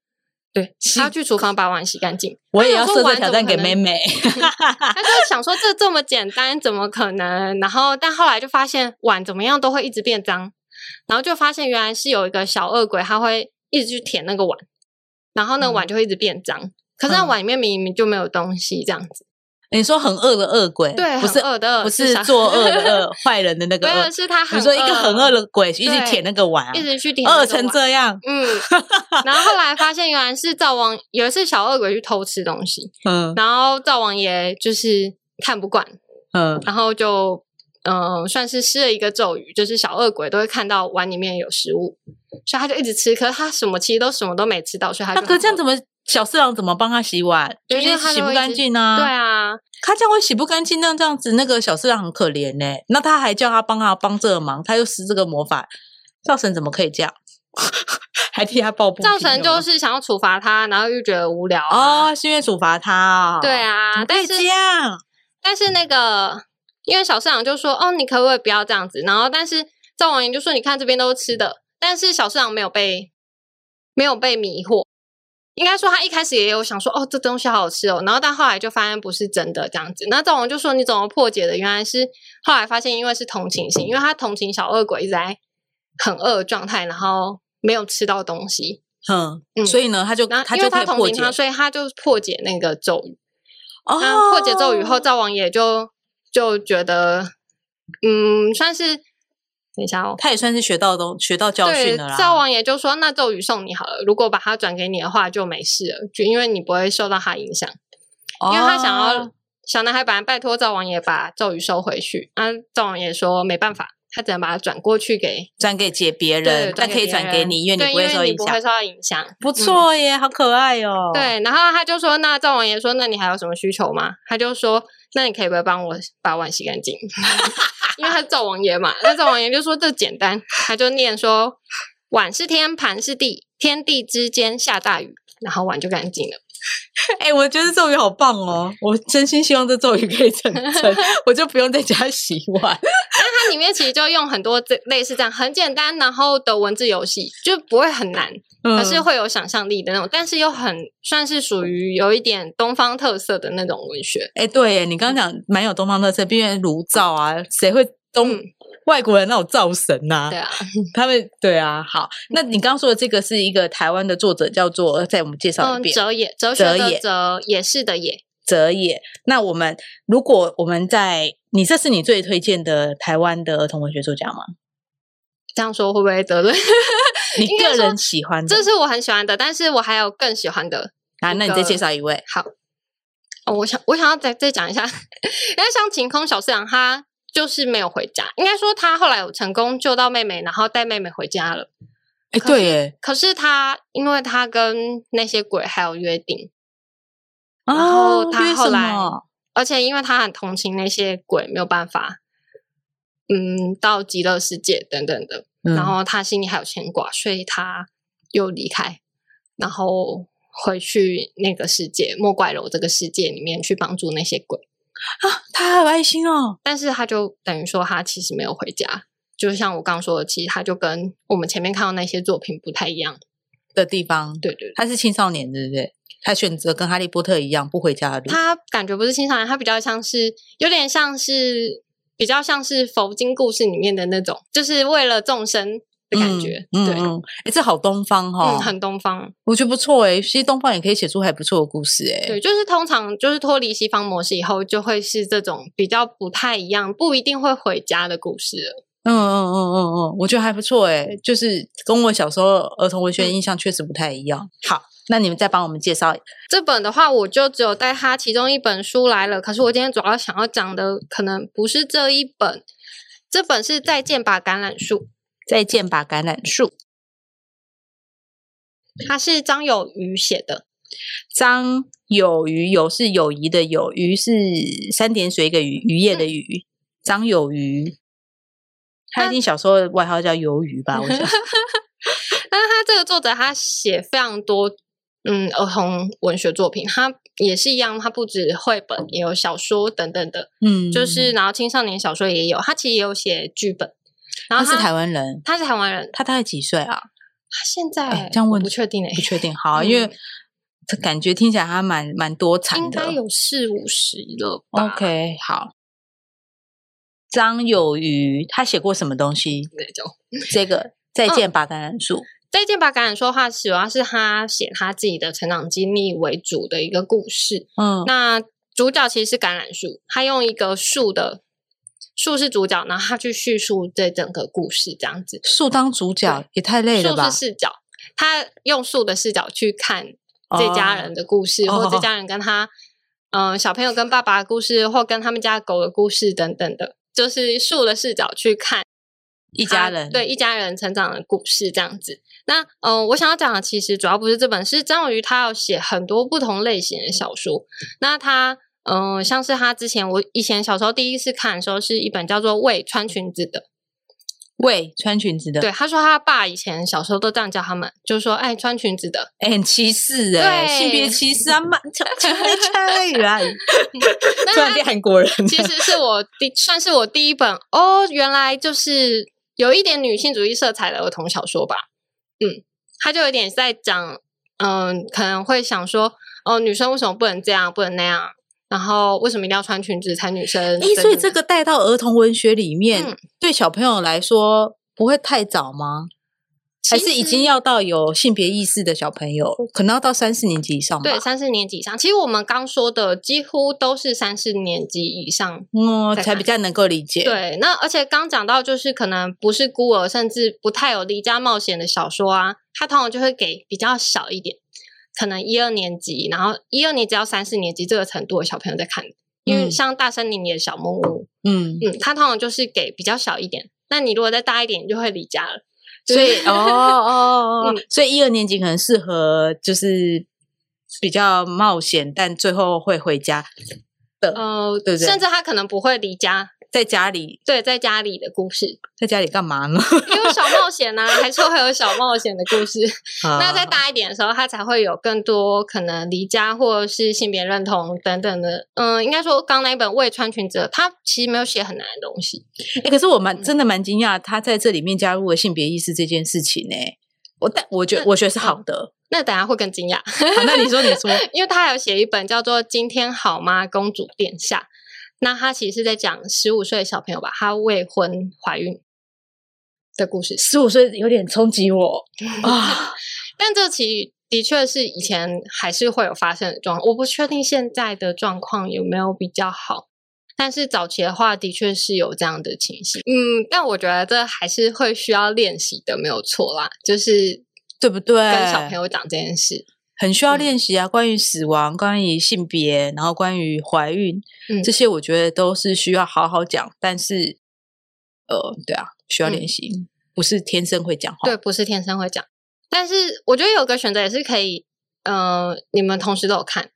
S2: 对，
S1: 洗
S2: 他要去厨房把碗洗干净。
S1: 我也
S2: 有
S1: 要
S2: 说
S1: 设这
S2: 完
S1: 挑
S2: 怎么
S1: 战
S2: 可
S1: 给
S2: 能
S1: 妹 <laughs> 妹。
S2: 他就想说这这么简单，怎么可能？然后，但后来就发现碗怎么样都会一直变脏，然后就发现原来是有一个小恶鬼，他会一直去舔那个碗，然后呢
S1: 嗯
S2: 碗就会一直变脏。可是那
S1: 嗯
S2: 碗里面明明就没有东西，这样子。
S1: 你说很恶的恶鬼，
S2: 对，
S1: 不
S2: 很
S1: 是
S2: 恶 <laughs> 的恶，
S1: 不是
S2: 啥
S1: 作恶
S2: <laughs>
S1: 的恶，坏人的那个
S2: 没
S1: 恶
S2: 有，。是他
S1: 你
S2: 很
S1: 说一个很恶的鬼一直
S2: 对
S1: 舔那个碗啊，
S2: 一直去舔那个
S1: 恶
S2: 碗，
S1: 成这样，
S2: 嗯，然后后来发现原来是灶王，有一次小恶鬼去偷吃东西，
S1: 嗯
S2: 然后灶王爷就是看不惯，
S1: 嗯，
S2: 然后就嗯、呃算是施了一个咒语，就是小恶鬼都会看到碗里面有食物，所以他就一直吃，可是他什么其实都什么都没吃到，所以他
S1: 那
S2: 就
S1: 啊可是这样怎
S2: 么、
S1: 么小四郎怎么帮他洗碗？
S2: 对因
S1: 是
S2: 为他
S1: 洗
S2: 就
S1: 不
S2: 会一
S1: 干
S2: 直
S1: 净啊。
S2: 对，啊？
S1: 他这样会洗不干净，那这样子那个小四郎很可怜呢、那他还叫他帮他帮这个忙，他又施这个魔法，灶神怎么可以这样？ <laughs> 还替他抱不平
S2: 造
S1: 哦？
S2: 成就是想要处罚他，然后又觉得无聊啊、
S1: 哦，是因为处罚他哦。
S2: 对
S1: 怎
S2: 啊
S1: 么，可
S2: 但
S1: 以
S2: 是
S1: 这样，嗯
S2: 但是那个，因为小市长就说：“哦，你可不可以不要这样子？”然后，但是赵王爷就说：“你看这边都是吃
S1: 嗯
S2: 的。”但是小市长没有被没有被迷惑，应该说他一开始也有想说：“哦，这东西好好吃哦。”然后，但后来就发现不是真的这样子。那赵王就说：“你怎么破解的？”原来是后来发现，因为是同情心，因为他同情小恶鬼一直在很饿的状态，然后没有吃到东西，
S1: 嗯，
S2: 嗯
S1: 所以呢，他就
S2: 然后因
S1: 就
S2: 为
S1: 可
S2: 他
S1: 以
S2: 同
S1: 破
S2: 情
S1: 解
S2: 他，所以他就破解那个咒语。那
S1: 哦，
S2: 破解咒语后，灶王爷就就觉得，嗯，算是等一下哦。
S1: 他也算是学到东学到教
S2: 对
S1: 训了，啦。
S2: 灶王爷就说：“那咒语送你好了，如果把它转给你的话，就没事了，就因为你不会受到它影响。因为他想要
S1: 哦
S2: 小男孩本来拜托灶王爷把咒语收回去，那灶王爷说没办法，他只能把它转过去给
S1: 转给解别
S2: 对
S1: 人，，
S2: 转
S1: 但可以
S2: 别
S1: 转给
S2: 人
S1: 你，因为你
S2: 对
S1: 不会受
S2: 你
S1: 影
S2: 不
S1: 响
S2: 会。受到影响。嗯
S1: 不错耶，好可爱哦。，
S2: 对，然后他就说：“那灶王爷说，那你还有什么需求吗？”他就说：“那你可以不要帮我把碗洗干净？”因为他是灶王爷嘛。那灶王爷就说：“这简单。”他就念说：“碗是天，盘是地，天地之间下大雨，然后碗就干净了。
S1: <laughs> 哎，我觉得咒语好棒哦，我真心希望这咒语可以
S2: <laughs>
S1: 成真，我就不用在家洗碗。”
S2: 它里面其实就用很多这类似这样很简单，然后的文字游戏，就不会很难，可
S1: 可
S2: 是会有想象力的那种，但是又很算是属于有一点东方特色的那种文学。
S1: 哎、对耶，你刚刚讲蛮有东方特色，毕竟炉灶啊，谁会东、
S2: 嗯
S1: 外国人那种灶神呐、
S2: 对啊，
S1: 他们对啊，好，那你刚刚说的这个是一个台湾的作者，叫做再我们介绍一
S2: 嗯，
S1: 遍、
S2: 哲也，哲学
S1: 哲
S2: 的
S1: 也
S2: 哲，也是的也。
S1: 哲也。那我们如果我们在你这是你最推荐的台湾的儿童文学作家吗？
S2: 这样说会不会得罪？ <laughs>
S1: 你
S2: 应该
S1: 个
S2: 说
S1: 人喜欢的
S2: 这是我很喜欢的，但是我还有更喜欢的。
S1: 啊？那你再
S2: 个
S1: 介绍一位
S2: 好，哦、我想我想要再再讲一下， <laughs> 因为像晴空小四郎，他就是没有回家，应该说他后来有成功救到妹妹，然后带妹妹回家了。
S1: 哎、
S2: 可是
S1: 对耶
S2: 可是他因为他跟那些鬼还有约定，
S1: 啊，
S2: 然后他
S1: 约
S2: 后
S1: 什
S2: 来
S1: 么
S2: 而且因为他很同情那些鬼，没有办法，嗯，到极乐世界等等的，
S1: 嗯
S2: 然后他心里还有牵挂，所以他又离开，然后回去那个世界莫怪楼这个世界里面去帮助那些鬼，
S1: 啊，他好有爱心哦，
S2: 但是他就等于说他其实没有回家，就像我刚说的，其实他就跟我们前面看到那些作品不太一样。
S1: 的地方，
S2: 对对对
S1: 他是青少年，对不对？他选择跟哈利波特一样不回家的路。
S2: 他感觉不是青少年，他比较像是有点像是比较像是佛经故事里面的那种，就是为了众生的感觉。
S1: 嗯
S2: 对，
S1: 嗯嗯，哎、这好东方哈、
S2: 嗯，很东方。
S1: 我觉得不错哎、其实东方也可以写出还不错的故事哎、
S2: 对，就是通常就是脱离西方模式以后，就会是这种比较不太一样，不一定会回家的故事了。
S1: 嗯嗯嗯嗯嗯，我觉得还不错哎、就是跟我小时候儿童文学的
S2: 嗯
S1: 印象确实不太一样。好，那你们再帮我们介绍
S2: 这本的话，我就只有带它其中一本书来了。可是我今天主要想要讲的，可能不是这一本，这本是《再见吧橄榄树》。
S1: 再见吧橄榄树，
S2: 它是张有余写的，
S1: 张有余，有是友谊的友，余是三点水一个余，渔业的余，张有余。他一
S2: 嗯那
S1: 定小时候的外号叫鱿鱼吧？
S2: <laughs>
S1: 我想
S2: 但是他这个作者他写非常多嗯儿童文学作品，他也是一样，他不止绘本，也有小说等等的，
S1: 嗯，
S2: 就是然后青少年小说也有，他其实也有写剧本。然
S1: 他
S2: 后
S1: 是台，湾人，
S2: 他是台湾人，
S1: 他大概几岁啊？
S2: 他现
S1: 哎
S2: 在
S1: 这样
S2: 我
S1: 问
S2: 不确定哎、
S1: 不确定。好，啊因为
S2: 嗯
S1: 这感觉听起来还蛮蛮多产的。哦
S2: 应该有四五十了吧
S1: OK，好。张有余他写过什么东西？
S2: 那种。
S1: 这个再
S2: 嗯
S1: 见吧，橄榄树。
S2: 再见吧，橄榄说话主要是他写他自己的成长经历为主的一个故事。
S1: 嗯
S2: 那主角其实是橄榄树，他用一个树的树是主角，然后他去叙述这整个故事这样子。
S1: 树当主角也太累了
S2: 树
S1: 吧
S2: 是？视角，他用树的视角去看这家人的故事，
S1: 哦
S2: 或这家人跟他嗯、呃小朋友跟爸爸的故事，或跟他们家狗的故事等等的，就是树的视角去看
S1: 一
S2: 一
S1: 家人。
S2: 对一家人成长的故事这样子。那呃，我想要讲的其实主要不是这本，是张宇他有写很多不同类型的小说。那他嗯、呃像是他之前我以前小时候第一次看的时候，是一本叫做《为穿裙子的》。
S1: 喂，穿裙子的，
S2: 对，，他说他爸以前小时候都这样叫他们，就说哎穿裙子的。
S1: 哎，很歧视哎，
S2: 对
S1: 性别歧视啊，妈，穿穿原，
S2: <laughs> 那
S1: 突然
S2: 他
S1: 变韩国人了，
S2: 其
S1: <laughs>
S2: 实是我第算是我第一本哦，原来就是有一点女性主义色彩的儿童小说吧。嗯，他就有点在讲，嗯，可能会想说，哦，女生为什么不能这样，不能那样？然后为什么一定要穿裙子才女生？
S1: 哎，所以
S2: 等等
S1: 这个带到儿童文学里面
S2: 嗯，
S1: 对小朋友来说不会太早吗？还是已经要到有性别意识的小朋友，可能要到三四年级以上吧。
S2: 对，三四年级以上，其实我们刚说的几乎都是三四年级以上。
S1: 嗯，
S2: 再
S1: 才
S2: 看
S1: 比较能够理解。，
S2: 对，那而且刚讲到就是可能不是孤儿，甚至不太有离家冒险的小说啊，它通常就会给比较小一点，可能一二年级，然后一二年级到三四年级这个程度的小朋友在看，因为
S1: 嗯
S2: 像大森林里的小木屋，
S1: 嗯，
S2: 嗯，它通常就是给比较小一点。那你如果再大一点，你就会离家了。就
S1: 所
S2: 是 <laughs>
S1: 以哦哦哦，
S2: 嗯
S1: 所以一二年级可能适合就是比较冒险，但最后会回家的，
S2: 呃，
S1: 对不对
S2: 甚至他可能不会离家，
S1: 在家里
S2: 对，在家里的故事，
S1: 在家里干嘛呢？ <laughs>
S2: 因为小冒险呢、还是会有小冒险的故事。那再
S1: 啊
S2: 大一点的时候，他才会有更多可能离家或者是性别认同等等的。嗯，应该说刚那一本《未穿裙者》，他其实没有写很难的东西。
S1: 欸，可是我
S2: 嗯
S1: 蛮真的蛮惊讶，他在这里面加入了性别意识这件事情呢、我但我觉得
S2: 那嗯
S1: 我觉得是好的。
S2: 那等下会更惊讶， <laughs>
S1: 好，那你说你说，
S2: 因为他还有写一本叫做《今天好吗，公主殿下》。那他其实是在讲十五岁的小朋友吧，他未婚怀孕的故事。
S1: 十五岁有点冲击
S2: <laughs>
S1: 我啊，
S2: 但这其实的确是以前还是会有发生的状况，我不确定现在的状况有没有比较好。但是早期的话，的确是有这样的情形。嗯，但我觉得这还是会需要练习的，没有错啦。就是
S1: 对不对？
S2: 跟小朋友讲这件事，
S1: 很需要
S2: 嗯
S1: 练习啊，关于死亡、关于性别，然后关于怀孕，
S2: 嗯
S1: 这些我觉得都是需要好好讲。但是，呃，对啊，需要
S2: 嗯
S1: 练习，不是天生会讲话。
S2: 对，不是天生会讲。但是我觉得有个选择也是可以，呃，你们同时都有看，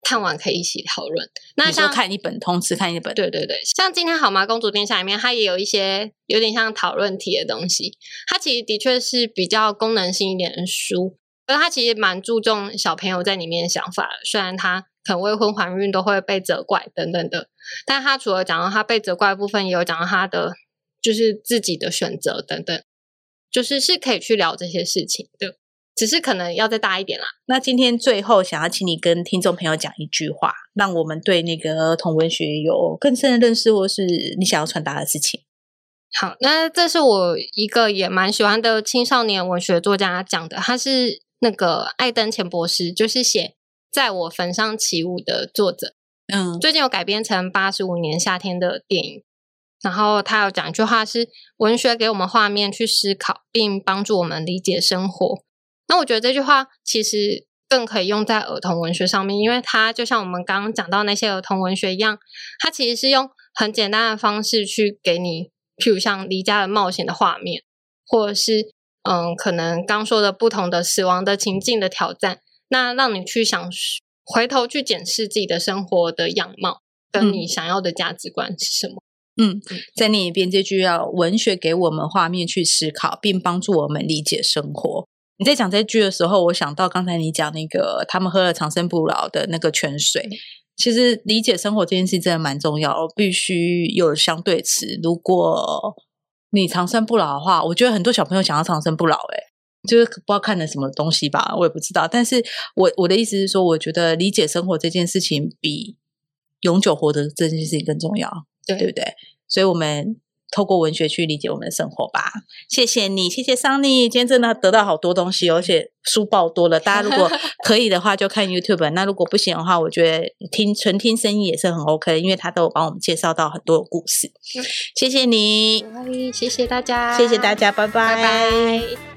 S2: 看完可以一起讨论。那
S1: 你说
S2: 像
S1: 看一本，同时看一本，
S2: 对对对，像今天《好吗，公主殿下》里面，它也有一些有点像讨论题的东西。它其实的确是比较功能性一点的书，而它其实蛮注重小朋友在里面的想法的。虽然他可能未婚怀孕都会被责怪等等的，但他除了讲到他被责怪的部分，也有讲到他的就是自己的选择等等，就是是可以去聊这些事情的。只是可能要再大一点啦，
S1: 那今天最后想要请你跟听众朋友讲一句话，让我们对那个儿童文学有更深的认识，或是你想要传达的事情。
S2: 好，那这是我一个也蛮喜欢的青少年文学作家讲的，他是那个艾登钱博士，就是写《在我坟上起舞》的作者，
S1: 嗯，
S2: 最近有改编成八十五年夏天的电影。然后他有讲一句话是：文学给我们画面去思考，并帮助我们理解生活。那我觉得这句话其实更可以用在儿童文学上面，因为它就像我们刚刚讲到那些儿童文学一样，它其实是用很简单的方式去给你，譬如像离家的冒险的画面，或者是嗯，可能刚说的不同的死亡的情境的挑战，那让你去想回头去检视自己的生活的样貌，跟你想要的价值观是什么。
S1: 再念一遍这句要文学给我们画面去思考，并帮助我们理解生活。你在讲这句的时候，我想到刚才你讲那个他们喝了长生不老的那个泉水。其实理解生活这件事真的蛮重要，必须有相对词。如果你长生不老的话，我觉得很多小朋友想要长生不老、欸，就是不知道看了什么东西吧，我也不知道。但是我我的意思是说，我觉得理解生活这件事情比永久活着这件事情更重要，
S2: 对
S1: 对不对？所以我们透过文学去理解我们的生活吧。谢谢你，谢谢桑尼，今天真的得到好多东西哦，而且书爆多了。大家 <laughs> 如果可以的话，就看 YouTube。那如果不行的话，我觉得听纯听声音也是很 OK，因为他都有帮我们介绍到很多的嗯故事。谢谢你，
S2: 所以谢谢大家，
S1: 谢谢大，家，拜
S2: 拜拜